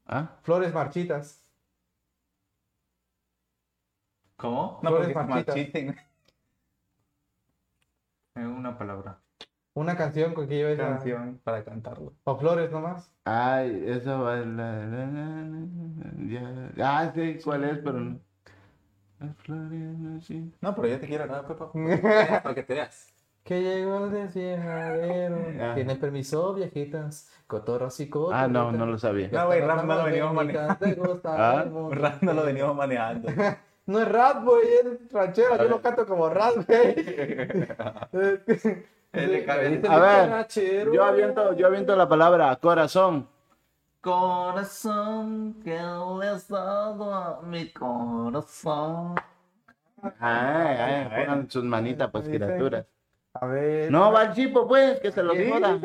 Speaker 1: Ah,
Speaker 3: Flores marchitas.
Speaker 4: ¿Cómo?
Speaker 2: No,
Speaker 3: Flores
Speaker 2: porque es más
Speaker 3: marchitas.
Speaker 2: chiste. *laughs*
Speaker 4: En una palabra.
Speaker 3: Una canción con que lleva esa
Speaker 2: Canción para cantarlo.
Speaker 3: O flores
Speaker 1: *laughs*
Speaker 3: nomás.
Speaker 1: ay, esa va la- la- la- la- ya. Ah, sí, cuál es, pero no. Las flores, no, sí.
Speaker 2: No, pero yo te quiero hablar, Pepa.
Speaker 3: *laughs* que
Speaker 2: Para que te veas.
Speaker 3: llegó el desierradero.
Speaker 1: Ah.
Speaker 3: Tiene permiso, viejitas. Cotorras y cotorras.
Speaker 1: Ah, no, no lo sabía.
Speaker 2: No, güey, rap no lo venimos manejando.
Speaker 3: Te gusta
Speaker 1: Ah,
Speaker 3: el mundo.
Speaker 2: Rap no lo venimos manejando.
Speaker 3: No es rap, güey, es ranchero. Yo lo canto como rap,
Speaker 1: *laughs*
Speaker 3: güey.
Speaker 4: Es
Speaker 3: *laughs*
Speaker 4: de cabeza.
Speaker 1: A ver,
Speaker 3: Ranchero.
Speaker 1: Yo aviento, yo aviento la palabra corazón.
Speaker 4: Corazón que le has dado a mi corazón.
Speaker 1: Ay, ay, pongan sus manitas, pues criaturas.
Speaker 3: A ver.
Speaker 1: No, va el chipo, pues, que se los joda.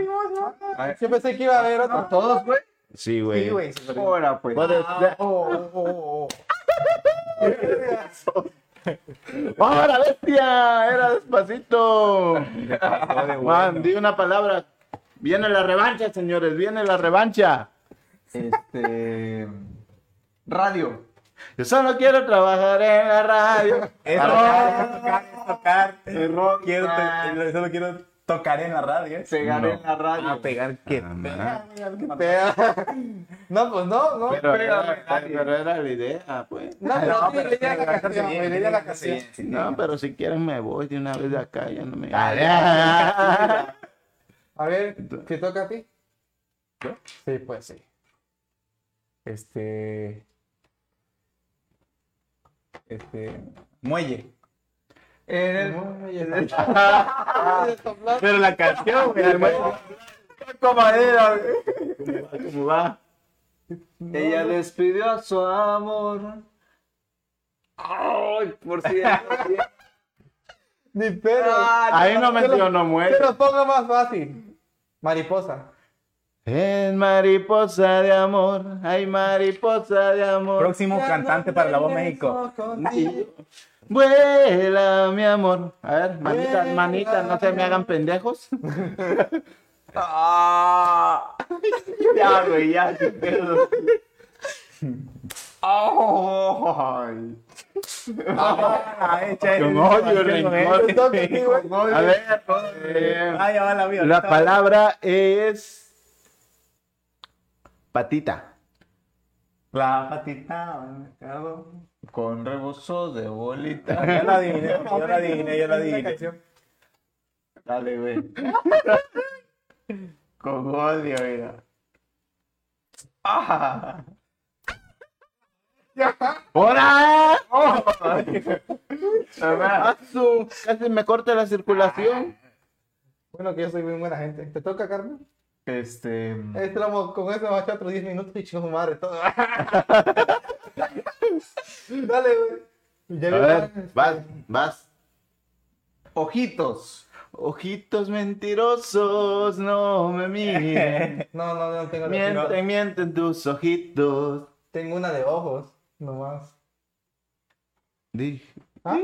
Speaker 3: Yo pensé que iba a haber otro.
Speaker 4: ¿A todos, güey?
Speaker 1: Sí, güey.
Speaker 4: Ahora, pues.
Speaker 1: Puedes-
Speaker 3: Oh, oh, oh.
Speaker 1: ¡Ahora, bestia! Era despacito. Ah, Juan, di una palabra. Viene la revancha, señores, viene la revancha.
Speaker 4: Este. Radio.
Speaker 1: Yo solo quiero trabajar en la radio.
Speaker 3: Ah.
Speaker 2: Es
Speaker 1: Arroba-
Speaker 2: tocar, es tocar, es tocar. Quiero,
Speaker 3: ah.
Speaker 2: te- eh, solo quiero tocar en la radio. ¿eh?
Speaker 4: Pegar
Speaker 1: No.
Speaker 4: en la radio.
Speaker 2: A pegar que
Speaker 1: Ah,
Speaker 2: pega, que pega.
Speaker 3: No, pues no, no.
Speaker 1: Pero
Speaker 4: pégame,
Speaker 1: era, pero era la idea, pues.
Speaker 3: No, pero
Speaker 2: No,
Speaker 3: sí,
Speaker 2: pero
Speaker 3: le llega
Speaker 2: pero
Speaker 3: la canción,
Speaker 2: bien,
Speaker 3: güey, le llega la canción.
Speaker 2: sí, sí.
Speaker 1: No, pero si quieres me voy de una vez de acá, ya no me...
Speaker 3: A ver, ¿te toca a ti? Sí, pues sí.
Speaker 2: Este. Este. Muelle.
Speaker 4: En el-
Speaker 3: *laughs*
Speaker 1: *laughs* Pero la canción, güey, hermano.
Speaker 2: Comadera,
Speaker 1: ¿Cómo va? ¿Cómo va?
Speaker 4: Ella despidió a su amor. Ay, por cierto.
Speaker 3: Ni pedo.
Speaker 2: Ah,
Speaker 1: Ahí no
Speaker 3: que lo-
Speaker 1: menciono
Speaker 3: Que
Speaker 1: muerte.
Speaker 3: lo ponga más fácil. Mariposa.
Speaker 1: Es mariposa de amor, hay mariposa de amor.
Speaker 2: Próximo cantante para la voz México.
Speaker 1: Vuela, mi amor. A ver, manitas, manitas, no se me hagan *laughs* pendejos. ya, güey, ya, qué pedo.
Speaker 2: Ah, echa
Speaker 1: Con
Speaker 2: el-
Speaker 1: odio,
Speaker 2: con
Speaker 1: rencor.
Speaker 2: odio.
Speaker 3: Te toca a ti, güey.
Speaker 1: A ver, eh,
Speaker 2: Ah, ya va la vida.
Speaker 1: la
Speaker 2: ahorita.
Speaker 1: palabra es patita.
Speaker 2: La patita. me cago.
Speaker 4: *laughs* Con rebozo de bolita.
Speaker 2: Ya la adiviné, ya la adiviné, ya la adiviné.
Speaker 4: Dale, güey. Con odio, mira. Ah,
Speaker 1: ¡Hora! Oh. Ah, su- Casi me corta la circulación.
Speaker 3: Bueno, que yo soy muy buena gente. ¿Te toca, Carmen?
Speaker 4: este.
Speaker 3: Este lomo, con eso va a otros 10 minutos y chingo su madre todo. *laughs* Dale, güey. Ya
Speaker 1: A
Speaker 3: vi-
Speaker 1: ver, vas, vas.
Speaker 4: Ojitos.
Speaker 1: Ojitos mentirosos, no me miren. *laughs*
Speaker 3: No, no, no tengo la
Speaker 1: Mienten, mienten tus ojitos.
Speaker 3: Tengo una de ojos, nomás.
Speaker 1: Di-
Speaker 3: ¿Ah?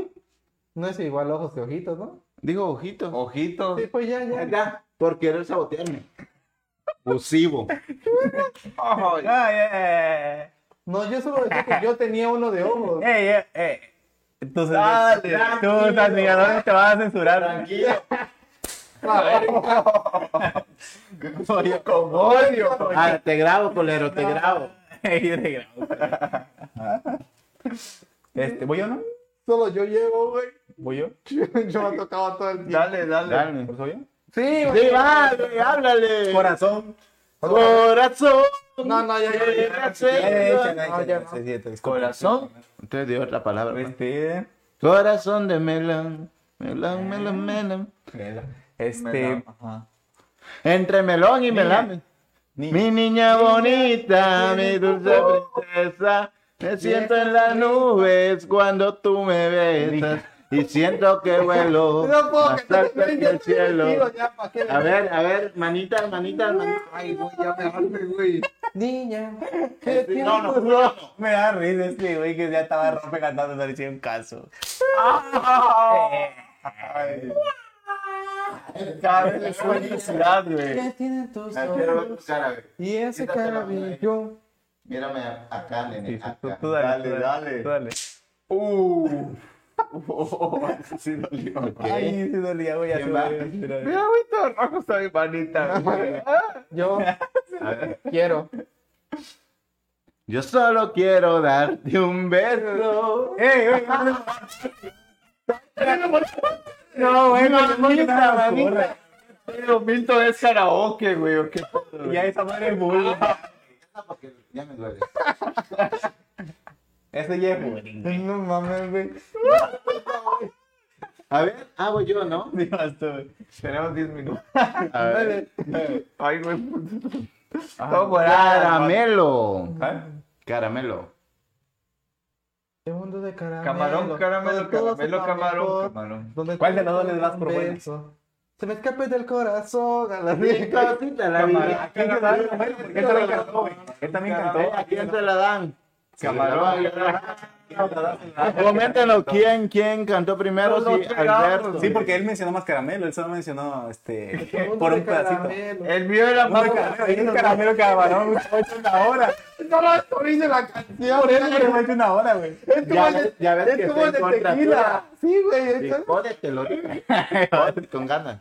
Speaker 3: No es igual ojos que ojitos, ¿no?
Speaker 1: digo ojitos.
Speaker 4: Ojitos.
Speaker 3: Sí, pues ya, ya.
Speaker 1: Ya, por querer sabotearme. Abusivo.
Speaker 4: Ay,
Speaker 2: Ah, yeah.
Speaker 3: No, yo solo decía que yo tenía uno de
Speaker 1: *laughs*
Speaker 3: ojos.
Speaker 2: Ey, ey, ey. eh, Entonces, eh,
Speaker 1: Dale,
Speaker 2: tú,
Speaker 1: tranquilo.
Speaker 2: los admiradores te van a censurar.
Speaker 1: Tranquilo.
Speaker 3: Ah,
Speaker 2: Odio con
Speaker 3: *laughs*
Speaker 2: odio.
Speaker 1: Ah, te grabo, colero, te grabo.
Speaker 2: Ey, de grado. este, ¿voy yo no?
Speaker 3: Solo yo llevo, güey. *laughs*
Speaker 2: ¿Voy yo?
Speaker 3: Yo me tocaba todo el tiempo.
Speaker 4: Dale, dale.
Speaker 2: Dale. ¿Soy yo?
Speaker 3: Sí, güey.
Speaker 1: Sí, vale, háblale.
Speaker 2: Corazón.
Speaker 1: Corazón.
Speaker 3: No, no, ya, ya, ya. No, ya no.
Speaker 1: Corazón. Entonces dio otra palabra. ¿no?
Speaker 2: Este.
Speaker 1: Corazón de melón. Melón, melón, melón.
Speaker 2: Este.
Speaker 4: Ajá.
Speaker 1: Entre melón y melame. Mi niña bonita, mi dulce princesa, me siento en las nubes cuando tú me besas y siento que
Speaker 2: *laughs*
Speaker 1: vuelo
Speaker 3: No puedo, que
Speaker 1: hasta
Speaker 3: te
Speaker 1: alto
Speaker 3: estoy
Speaker 1: que el cielo.
Speaker 3: ya, ¿para qué?
Speaker 1: A ver, a ver, manita, manita, manita.
Speaker 4: Ay, güey, ya me arde, güey.
Speaker 3: Niña, ¿qué tienes?
Speaker 1: No, no, no.
Speaker 2: Me da risa este güey que ya estaba rompe cantando, no le hicieron caso.
Speaker 1: Ah.
Speaker 2: *laughs* Cada vez es una necesidad, güey.
Speaker 3: ¿Qué tienen tus
Speaker 1: Ah, Quiero
Speaker 3: ojos?
Speaker 1: ver tu cara, güey.
Speaker 3: Y ese
Speaker 1: Quítate la mano, eh.
Speaker 3: cabello.
Speaker 1: Mírame a- acá, nene.
Speaker 2: Tú,
Speaker 1: acá.
Speaker 2: tú dale, tú
Speaker 4: Dale,
Speaker 2: tú
Speaker 4: Uh. Oh, sí dolió.
Speaker 2: Ay, sí dolía, güey, ya se
Speaker 1: ¿Quién
Speaker 2: me
Speaker 1: va?
Speaker 2: había olvidado.
Speaker 4: Mira, güey, todo rojo está mi panita. güey.
Speaker 1: *laughs*
Speaker 3: Yo
Speaker 1: A ver.
Speaker 3: quiero.
Speaker 1: Yo solo quiero darte un beso.
Speaker 2: ¡Ey, güey!
Speaker 1: No,
Speaker 2: güey, no, no,
Speaker 1: manita,
Speaker 2: no,
Speaker 1: manita. Pero Milton es karaoke, güey, o qué pedo, güey? Ah.
Speaker 2: Ya esa madre es bullying.
Speaker 1: porque ya me duele.
Speaker 2: Ese ya es bullying. güey.
Speaker 3: No mames, güey.
Speaker 1: A ver, ah, voy yo, ¿no?
Speaker 2: Sí, vas tú, güey.
Speaker 4: Tenemos 10 minutos.
Speaker 1: A ver.
Speaker 4: Ay, güey. puta. Ah,
Speaker 2: Todo por-
Speaker 1: Caramelo.
Speaker 2: ¿Ah?
Speaker 1: Caramelo.
Speaker 3: El mundo de caramelo.
Speaker 4: Camarón, caramelo,
Speaker 3: donde todo
Speaker 4: caramelo,
Speaker 3: sepa mejor,
Speaker 4: camarón. Camarón.
Speaker 3: donde
Speaker 2: ¿Cuál de
Speaker 3: todo
Speaker 2: las dos les
Speaker 3: sepa
Speaker 2: das
Speaker 3: un
Speaker 2: por buena?
Speaker 3: beso. Se me escape del corazón a la rica.
Speaker 1: ¿A
Speaker 2: ¿A quién te la dan? Bueno, porque él también cantó, güey. Él también cantó.
Speaker 1: quién se la dan?
Speaker 4: Camarón.
Speaker 1: Coméntenos quién, quién cantó primero,
Speaker 4: Todos
Speaker 1: si
Speaker 4: pegados,
Speaker 1: Alberto.
Speaker 2: Sí, porque él mencionó más caramelo, él solo mencionó este
Speaker 3: El mundo
Speaker 2: por
Speaker 3: de
Speaker 2: un pedacito.
Speaker 3: caramelo.
Speaker 4: El mío era
Speaker 2: No,
Speaker 4: más.
Speaker 2: el caramelo, es un caramelo camarón, güey, hecho una hora.
Speaker 3: No lo descubriste la canción. Por eso
Speaker 2: Fue hecho una hora, güey.
Speaker 3: Es
Speaker 1: Ya ves- ya ves que
Speaker 3: es
Speaker 1: estoy
Speaker 3: como
Speaker 1: en
Speaker 3: de
Speaker 1: contra
Speaker 3: tequila.
Speaker 1: tuya.
Speaker 3: Sí, güey.
Speaker 1: Sí,
Speaker 3: esto-
Speaker 1: Jódetelo. Jódete con ganas.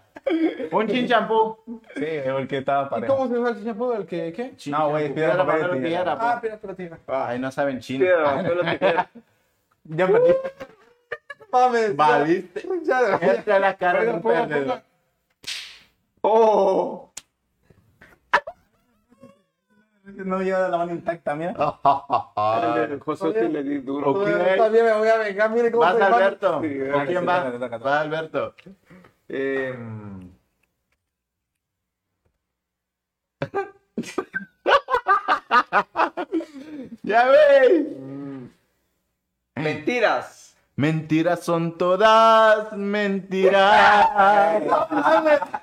Speaker 1: Un chin champú.
Speaker 2: Sí, güey, porque estaba
Speaker 3: ¿Y
Speaker 2: parejo.
Speaker 3: cómo se llama el champú? ¿El que qué?
Speaker 2: No, güey, piedra, papel,
Speaker 1: papel,
Speaker 2: tijera.
Speaker 1: piedra,
Speaker 3: Ah,
Speaker 1: papel.
Speaker 3: espera, espera, tira.
Speaker 1: Ay, no saben chino.
Speaker 4: Piedra, papel o tijera.
Speaker 2: Ya perdí.
Speaker 3: Mames. ya.
Speaker 1: Valiste.
Speaker 3: Ya, ya.
Speaker 1: Esta es la cara de
Speaker 3: Oiga,
Speaker 1: un
Speaker 3: ponga,
Speaker 1: perdedor.
Speaker 3: ponga.
Speaker 4: Oh.
Speaker 2: No lleva la mano intacta, mira.
Speaker 4: Dale, José sí le di duro.
Speaker 3: Todavía todavía me voy a vengar, mire cómo
Speaker 1: Vas
Speaker 3: soy malo.
Speaker 1: Alberto.
Speaker 4: Sí,
Speaker 1: ¿O quién va?
Speaker 2: sí, sí, sí.
Speaker 1: Va Alberto.
Speaker 4: Em,
Speaker 1: Ya veis.
Speaker 4: *clears throat* Mentiras.
Speaker 1: Mentiras son todas mentiras.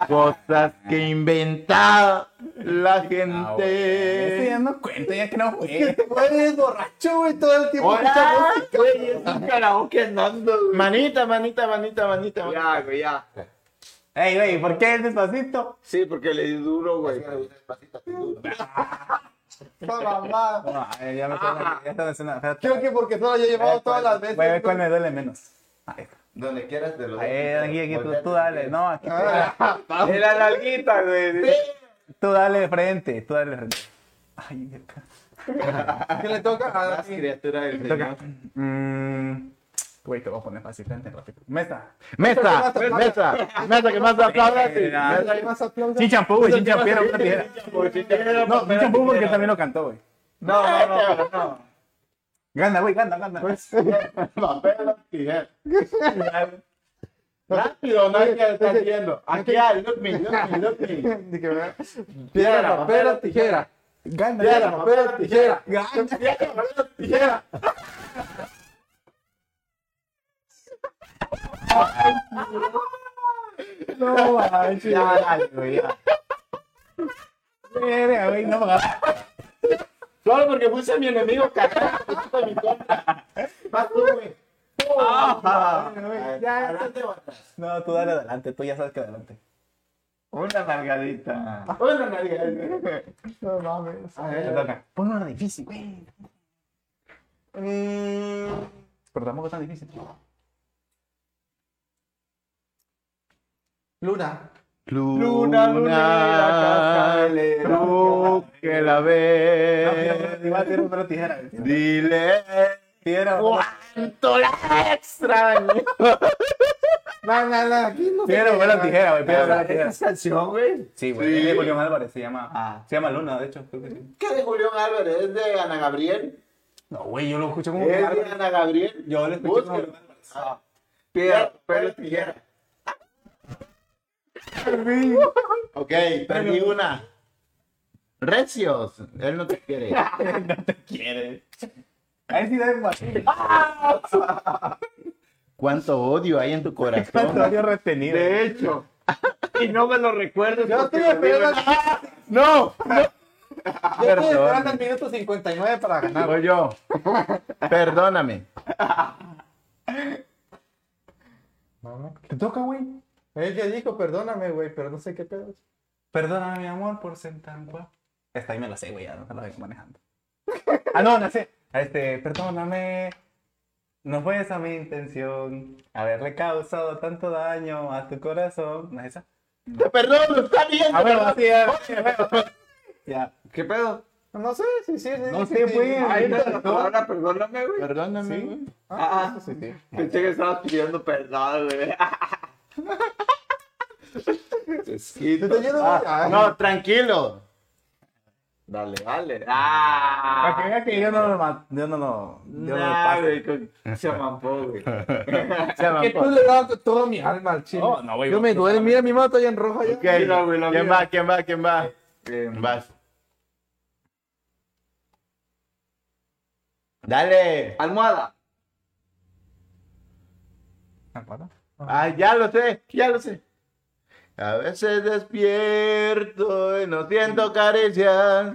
Speaker 1: Cosas que inventa la
Speaker 2: Ah, güey. Este ya
Speaker 1: gente.
Speaker 2: no cuenta, ya que no
Speaker 3: Que
Speaker 2: juega.
Speaker 3: te vuelves borracho, güey, todo el tiempo.
Speaker 1: Hola, güey, es un
Speaker 4: Karaoke andando, güey.
Speaker 1: Manita, manita, manita, manita. manita.
Speaker 4: Ya, güey, ya.
Speaker 2: *laughs* Ey, güey, ¿por qué es despacito?
Speaker 4: Sí, porque le di duro, güey.
Speaker 2: *laughs*
Speaker 3: Esta mamada.
Speaker 2: No, ay, ya me suena, ya me suena. espérate.
Speaker 3: Creo que porque solo yo
Speaker 2: Voy
Speaker 3: he
Speaker 2: a
Speaker 3: llevado
Speaker 2: ver
Speaker 3: todas
Speaker 2: cuál-
Speaker 3: las veces.
Speaker 2: Voy a ver cuál me duele menos. Ahí,
Speaker 1: Donde quieras te lo doy.
Speaker 2: ahí, aquí, aquí, tú, tú dale. No, aquí.
Speaker 4: Era larguita, güey.
Speaker 2: Tú dale de frente, tú dale de frente. Ay, neta.
Speaker 3: ¿Qué le toca? A
Speaker 1: Más criatura del
Speaker 2: Toca.
Speaker 1: Señor.
Speaker 2: Mm, Güey, te voy a poner fácil, frente rápido. Mesa.
Speaker 1: Mesa, mesa, mesa que más aplaudas. y-
Speaker 2: Mira.
Speaker 1: mesa que más-
Speaker 3: más aplausos.
Speaker 2: Sin champú, güey, sin champú, era una tijera. No, sin champú porque también lo cantó, güey.
Speaker 4: No, no, no, no, no.
Speaker 2: Gana, güey, gana, gana.
Speaker 1: Papel o tijera. Rápido, no hay que estar viendo. Aquí hay, look me, look me, look
Speaker 3: *laughs*
Speaker 1: me.
Speaker 3: Piedra, papel o tijera.
Speaker 2: Gana,
Speaker 3: Piedra,
Speaker 2: gana.
Speaker 3: papel o tijera.
Speaker 2: Gana.
Speaker 3: Piedra, papel o tijera.
Speaker 2: *laughs* No, manches. Ya, dale, güey, ya. Verga, güey, no mames.
Speaker 3: Solo porque puse a mi enemigo cagado. pusiste a mi contra. Vas tú, güey.
Speaker 2: Ah, Ya, ya. No, tú dale adelante, tú ya sabes que adelante. Ah.
Speaker 4: Una margarita.
Speaker 3: Bueno,
Speaker 2: *laughs*
Speaker 3: nadie. No mames.
Speaker 4: A
Speaker 2: Te
Speaker 4: ver,
Speaker 2: toca. Pon una difícil, güey. Eh.
Speaker 3: Mm,
Speaker 2: Pero tampoco es tan difícil.
Speaker 3: Luna.
Speaker 4: Luna, lunera, cascabelera.
Speaker 1: tú que la ves,
Speaker 2: Iba Eh, a tirar otra tijera. güey.
Speaker 1: dile
Speaker 2: Tijera.
Speaker 1: cuánto la extraño.
Speaker 3: No, no, no, aquí
Speaker 2: *laughs*
Speaker 3: no se
Speaker 2: Piedra,
Speaker 3: juega.
Speaker 2: buena tijera, güey. Piedra, buena tijera.
Speaker 4: ¿Esa canción, güey?
Speaker 2: Sí, güey. Es de Julián Álvarez, se llama.
Speaker 4: Ah.
Speaker 2: Se llama Luna, de hecho. creo que sí.
Speaker 1: ¿Qué de Julián Álvarez? ¿Es de Ana Gabriel?
Speaker 2: No, güey, yo lo escucho como
Speaker 4: Eh,
Speaker 1: ¿Es
Speaker 2: Julián
Speaker 1: de
Speaker 2: Álvarez.
Speaker 1: Ana Gabriel?
Speaker 2: Yo lo escucho como
Speaker 1: Búscalo.
Speaker 2: Julián Álvarez.
Speaker 1: Ah,
Speaker 4: Piedra, papel, tijera.
Speaker 1: Ok, perdí una. Recios, él no te quiere.
Speaker 2: Quiere. Ahí sí da más.
Speaker 1: ¿Cuánto odio hay en tu corazón?
Speaker 2: Contrario retenido.
Speaker 4: De hecho. Y no me lo recuerdes.
Speaker 3: Yo
Speaker 4: porque
Speaker 3: estoy
Speaker 4: me vivo
Speaker 3: esperando.
Speaker 4: en-
Speaker 1: ¡No!
Speaker 3: Yo estoy
Speaker 2: Perdón.
Speaker 3: esperando el minuto 59 para ganar.
Speaker 1: Soy Ah, yo. Perdóname.
Speaker 2: Te toca, güey.
Speaker 3: Él ya dijo, perdóname, güey, pero no sé qué pedo.
Speaker 2: Perdóname, mi amor, por ser tan guapo. Esta ahí me la sé, güey, ya no la vengo manejando. ah, no, la sé. Este, perdóname. No fue esa mi intención. Haberle causado tanto daño a tu corazón. ¿No es esa?
Speaker 1: Te perdono, está bien.
Speaker 2: A ver, así, a ver, a ver. Ya.
Speaker 4: ¿Qué pedo?
Speaker 3: No sé, sí, sí.
Speaker 2: No sé, güey.
Speaker 4: Ahí
Speaker 2: Ahí
Speaker 4: está la
Speaker 2: no.
Speaker 4: palabra, perdóname, güey.
Speaker 1: Perdóname. güey.
Speaker 3: Ah, sí, sí.
Speaker 4: Pensé que estabas pidiendo perdón, güey.
Speaker 3: ¿Y tú te llenas, güey?
Speaker 1: Ah,
Speaker 3: Ay,
Speaker 1: no, tranquilo.
Speaker 4: Dale, dale.
Speaker 2: Para que
Speaker 4: Ah.
Speaker 2: vea que yo no lo ma- Yo no lo. Yo no lo
Speaker 4: Nah,
Speaker 2: paso.
Speaker 4: güey, con- se mampó, güey.
Speaker 1: Se
Speaker 3: Que tú le das todo mi alma al chile.
Speaker 2: No, no, güey,
Speaker 3: Yo me
Speaker 2: vos-
Speaker 3: duele, mira, mi mano está ya en rojo. ya.
Speaker 1: Ok,
Speaker 4: Mira, güey, la
Speaker 1: ¿Quién
Speaker 4: mía.
Speaker 1: va? ¿Quién va? ¿Quién va?
Speaker 4: Eh,
Speaker 1: Vas. Dale.
Speaker 4: Almohada.
Speaker 2: Ah, para.
Speaker 1: Ah, ya lo sé, ya lo sé. A veces despierto y no siento caricias.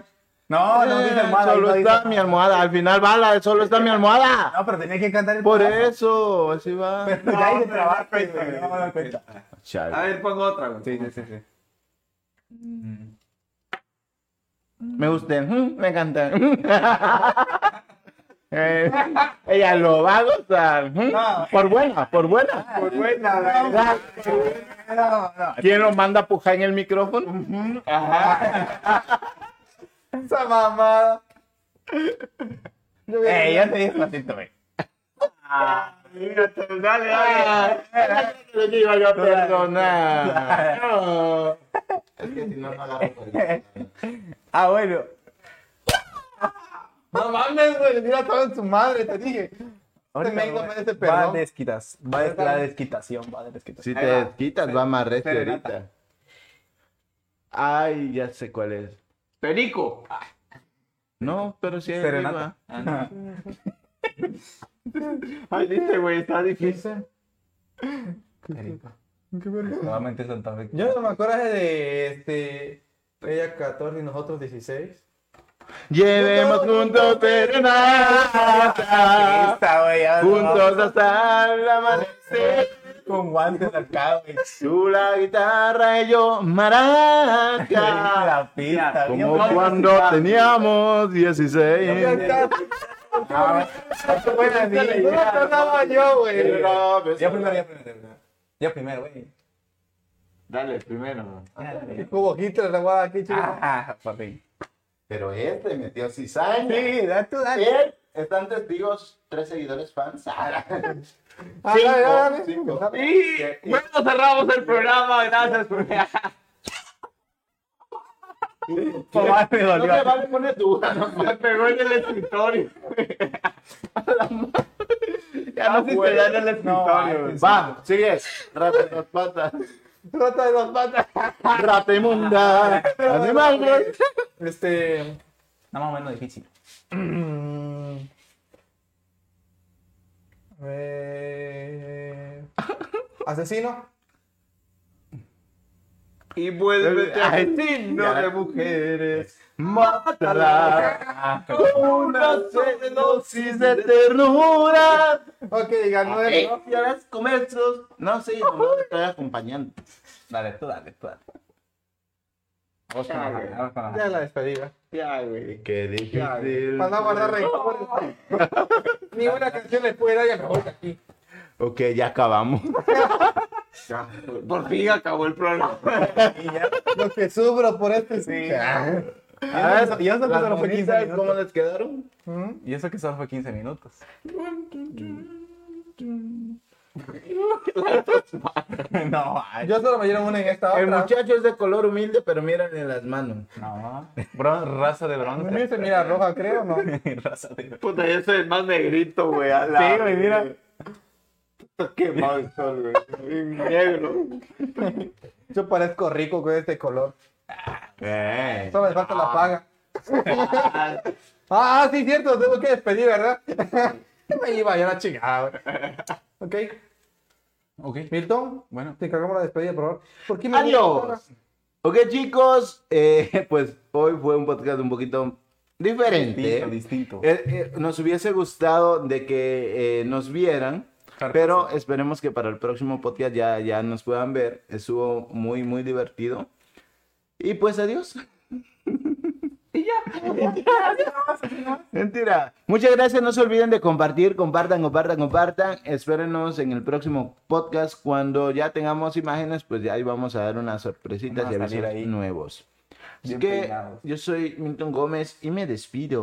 Speaker 2: No, no
Speaker 1: Eh,
Speaker 2: dice almohada.
Speaker 1: Solo
Speaker 2: no dice
Speaker 1: está mi almohada. Al final va la de solo está mi almohada.
Speaker 2: No, pero tenía que cantar el *laughs*
Speaker 1: Por
Speaker 2: pedazo.
Speaker 1: eso, así va.
Speaker 2: Pero ya ahí
Speaker 4: No,
Speaker 2: de
Speaker 4: me
Speaker 2: trabajo,
Speaker 4: da cuenta,
Speaker 2: güey. No me da cuenta.
Speaker 1: Chale.
Speaker 4: A ver, pongo otra, güey.
Speaker 2: Sí, sí, sí. sí.
Speaker 1: Me gusta, mm, me encanta. *laughs* Eh, ella lo va a gozar. mm,
Speaker 2: No.
Speaker 1: Por buena, por buena.
Speaker 4: Por buena, güey.
Speaker 2: No, no.
Speaker 1: ¿Quién lo manda a pujar en el micrófono?
Speaker 3: Esa
Speaker 2: *laughs*
Speaker 3: mamada. Yo voy a-
Speaker 2: Eh, ya te dije platito, güey.
Speaker 4: Dale, dale.
Speaker 1: *laughs* Lo Ah, que iba yo a perdonar. No.
Speaker 2: Ah, bueno.
Speaker 3: No mames, güey, mira todo en su madre, te dije. Este
Speaker 2: Ahorita
Speaker 3: México
Speaker 2: va-
Speaker 3: merece
Speaker 2: Va
Speaker 3: este perdón.
Speaker 2: de desquitas. Va de la desquitación, va de
Speaker 1: Si
Speaker 2: desquitación.
Speaker 4: Ahí
Speaker 1: te
Speaker 4: va.
Speaker 1: desquitas, va más recio
Speaker 2: Serenata.
Speaker 1: ahorita. Ay, ya sé cuál es.
Speaker 4: Perico.
Speaker 1: No, pero sí hay
Speaker 2: Serenata.
Speaker 4: Ay, dice, güey, está difícil.
Speaker 2: *laughs* Nuevamente Santa Fe.
Speaker 3: Yo no me acuerdo de este. Ella 14 y nosotros 16.
Speaker 1: Llevemos juntos serenata.
Speaker 2: Está, güey. ya no.
Speaker 1: Juntos hasta el amanecer.
Speaker 2: Con guantes acá, güey.
Speaker 1: Tú la guitarra y yo maraca.
Speaker 2: La pista. bien Ah,
Speaker 1: Como
Speaker 2: buena.
Speaker 1: cuando teníamos 16.
Speaker 2: Ah, qué buena
Speaker 3: No me
Speaker 2: idea.
Speaker 3: acordaba yo, güey.
Speaker 2: Ya primero, ya primero. Ya primero, güey.
Speaker 4: Dale, primero.
Speaker 3: Hubo Hitler, la guada aquí, chico.
Speaker 2: Ah, papi.
Speaker 1: Pero este metió cizaña.
Speaker 2: Sí, da tú, dale.
Speaker 1: Él, están testigos, tres seguidores fans. *laughs* Ah,
Speaker 3: Ah,
Speaker 1: cinco,
Speaker 3: dale, dale, dale.
Speaker 1: cinco.
Speaker 4: Y bueno, cerramos el programa. Gracias
Speaker 2: *laughs*
Speaker 4: por
Speaker 2: Tomás me
Speaker 1: No
Speaker 2: dolió.
Speaker 1: te vale poner tu
Speaker 4: Me pegó en
Speaker 1: *laughs*
Speaker 4: el escritorio.
Speaker 1: Ya no
Speaker 4: Casi
Speaker 1: puedo.
Speaker 4: te dan el
Speaker 2: No,
Speaker 4: escritorio, güey.
Speaker 1: Va, sigues. Rata de dos patas.
Speaker 3: Trata de dos patas.
Speaker 1: Rata inmunda. Animal. güey.
Speaker 3: Este.
Speaker 2: No, más o menos difícil.
Speaker 3: Mm. Eh, Asesino.
Speaker 4: Y vuélvete
Speaker 1: Ay,
Speaker 4: asesino
Speaker 1: ya.
Speaker 4: de mujeres.
Speaker 2: Ah,
Speaker 1: Mátala con una dosis de ternura.
Speaker 3: Ok, ganó el
Speaker 1: No fiarás comercios. No, sí, nomás te estoy acompañando.
Speaker 2: Dale, tú dale, tú dale. Vamos con
Speaker 4: Ya,
Speaker 2: la-
Speaker 4: güey.
Speaker 2: vamos con la-
Speaker 3: Ya la despedida.
Speaker 4: Ya, güey.
Speaker 1: Qué difícil.
Speaker 3: Para no guardar rencores. Ni una canción le puede dar y a mejor que aquí.
Speaker 1: Ok, ya acabamos.
Speaker 4: Ya, Por fin acabó el programa.
Speaker 2: Y ya,
Speaker 3: Lo que sufro por este
Speaker 2: sí.
Speaker 1: *laughs* Ah,
Speaker 2: Y eso- y eso que
Speaker 1: las
Speaker 2: solo fue 15
Speaker 1: monitas,
Speaker 2: minutos.
Speaker 1: ¿Cómo les quedaron?
Speaker 2: Y eso que solo fue 15 minutos. No, ay,
Speaker 3: Yo solo me dieron una en esta
Speaker 1: El
Speaker 3: otra.
Speaker 1: muchacho es de color humilde, pero mírenle las manos.
Speaker 2: no. Bron- raza de
Speaker 3: A
Speaker 2: bronce.
Speaker 3: mí se mira roja, creo, ¿no?
Speaker 2: *laughs* raza de bronce.
Speaker 4: Puta, yo soy el más negrito, güey. a la-
Speaker 2: Sí, güey, mira.
Speaker 4: Está quemado el sol, güey. Bien Negro.
Speaker 3: Yo parezco rico con este color.
Speaker 1: Eh.
Speaker 3: Solo me falta la paga.
Speaker 4: Ah,
Speaker 3: Ah, sí, cierto, tengo que despedir, ¿verdad? *laughs* me iba yo a la chingada. güey. Ok,
Speaker 2: Ok.
Speaker 3: Milton,
Speaker 2: Bueno.
Speaker 3: te encargamos la despedida, por favor. ¿Por qué me
Speaker 1: Adiós. Ok, chicos, eh, *laughs* pues hoy fue un podcast un poquito diferente.
Speaker 2: Distinto, distinto.
Speaker 1: Eh, eh, nos hubiese gustado de que eh, nos vieran,
Speaker 2: Claro que
Speaker 1: pero
Speaker 2: sí.
Speaker 1: esperemos que para el próximo podcast ya, ya nos puedan ver. Estuvo muy, muy divertido. Y pues adiós. *laughs* Mentira. Muchas gracias. No se olviden de compartir, compartan, compartan, compartan. Espérenos en el próximo podcast. Cuando ya tengamos imágenes, pues ya ahí vamos a dar unas sorpresitas
Speaker 2: Vamos
Speaker 1: y
Speaker 2: a salir
Speaker 1: avisos
Speaker 2: ahí.
Speaker 1: nuevos. Así
Speaker 2: Bien
Speaker 1: que
Speaker 2: peinados.
Speaker 1: yo soy Milton Gómez y me despido.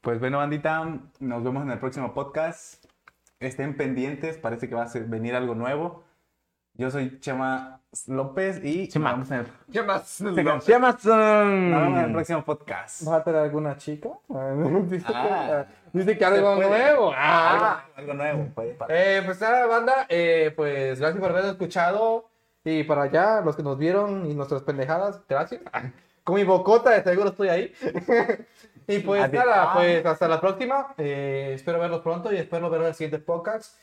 Speaker 2: Pues bueno, bandita, nos vemos en el próximo podcast. Estén pendientes, parece que va a ser- venir algo nuevo. Yo soy Chema López y
Speaker 1: Chema. Mm.
Speaker 2: nos vemos en el,
Speaker 4: ¿Qué más?
Speaker 1: Se llama Sun.
Speaker 2: nos vemos en el próximo podcast.
Speaker 3: ¿Vas a tener alguna chica? *laughs* Dice,
Speaker 2: Ah.
Speaker 3: que, dice que algo
Speaker 2: Se puede.
Speaker 3: nuevo.
Speaker 2: Algo,
Speaker 3: Ah.
Speaker 2: algo nuevo. puede pasar.
Speaker 3: Eh, pues nada, banda, eh, pues gracias por haber escuchado. Y para allá, los que nos vieron y nuestras pendejadas, gracias. *laughs* Con mi bocota, de seguro estoy ahí. *laughs* y pues
Speaker 2: Adiós.
Speaker 3: nada, pues hasta la próxima. Eh, espero verlos pronto y espero verlos en el siguiente podcast.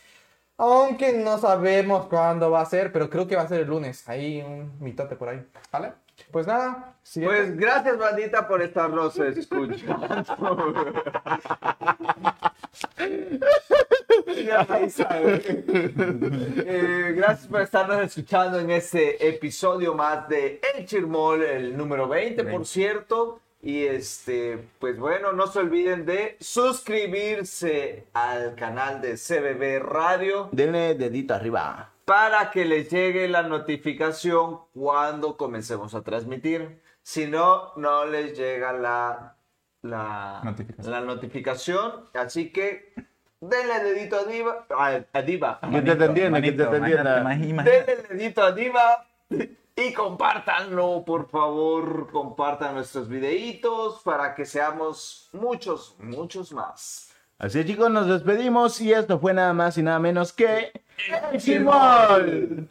Speaker 3: Aunque no sabemos cuándo va a ser, pero creo que va a ser el lunes. Ahí un mitote por ahí. ¿Vale? Pues nada, siguiente.
Speaker 4: Pues gracias, bandita, por estarnos escuchando. Ya, ahí sabe. Eh, gracias por estarnos escuchando en este episodio más de El Chirmol, el número 20, por cierto. Y este, pues bueno, no se olviden de suscribirse al canal de CBB Radio
Speaker 1: Denle dedito arriba.
Speaker 4: para que les llegue la notificación cuando comencemos a transmitir. Si no, no les llega la, la,
Speaker 2: Notificación.
Speaker 4: la notificación. Así que denle dedito a Diva. A, a Diva.
Speaker 1: Que te entienda, que te
Speaker 2: Manito,
Speaker 1: entienda.
Speaker 2: manito, imagínate.
Speaker 4: Denle dedito a Diva. Y compártanlo, por favor. Compartan nuestros videitos para que seamos muchos, muchos más.
Speaker 1: Así es, chicos, nos despedimos y esto fue nada más y nada menos que. ¡El Chirmol!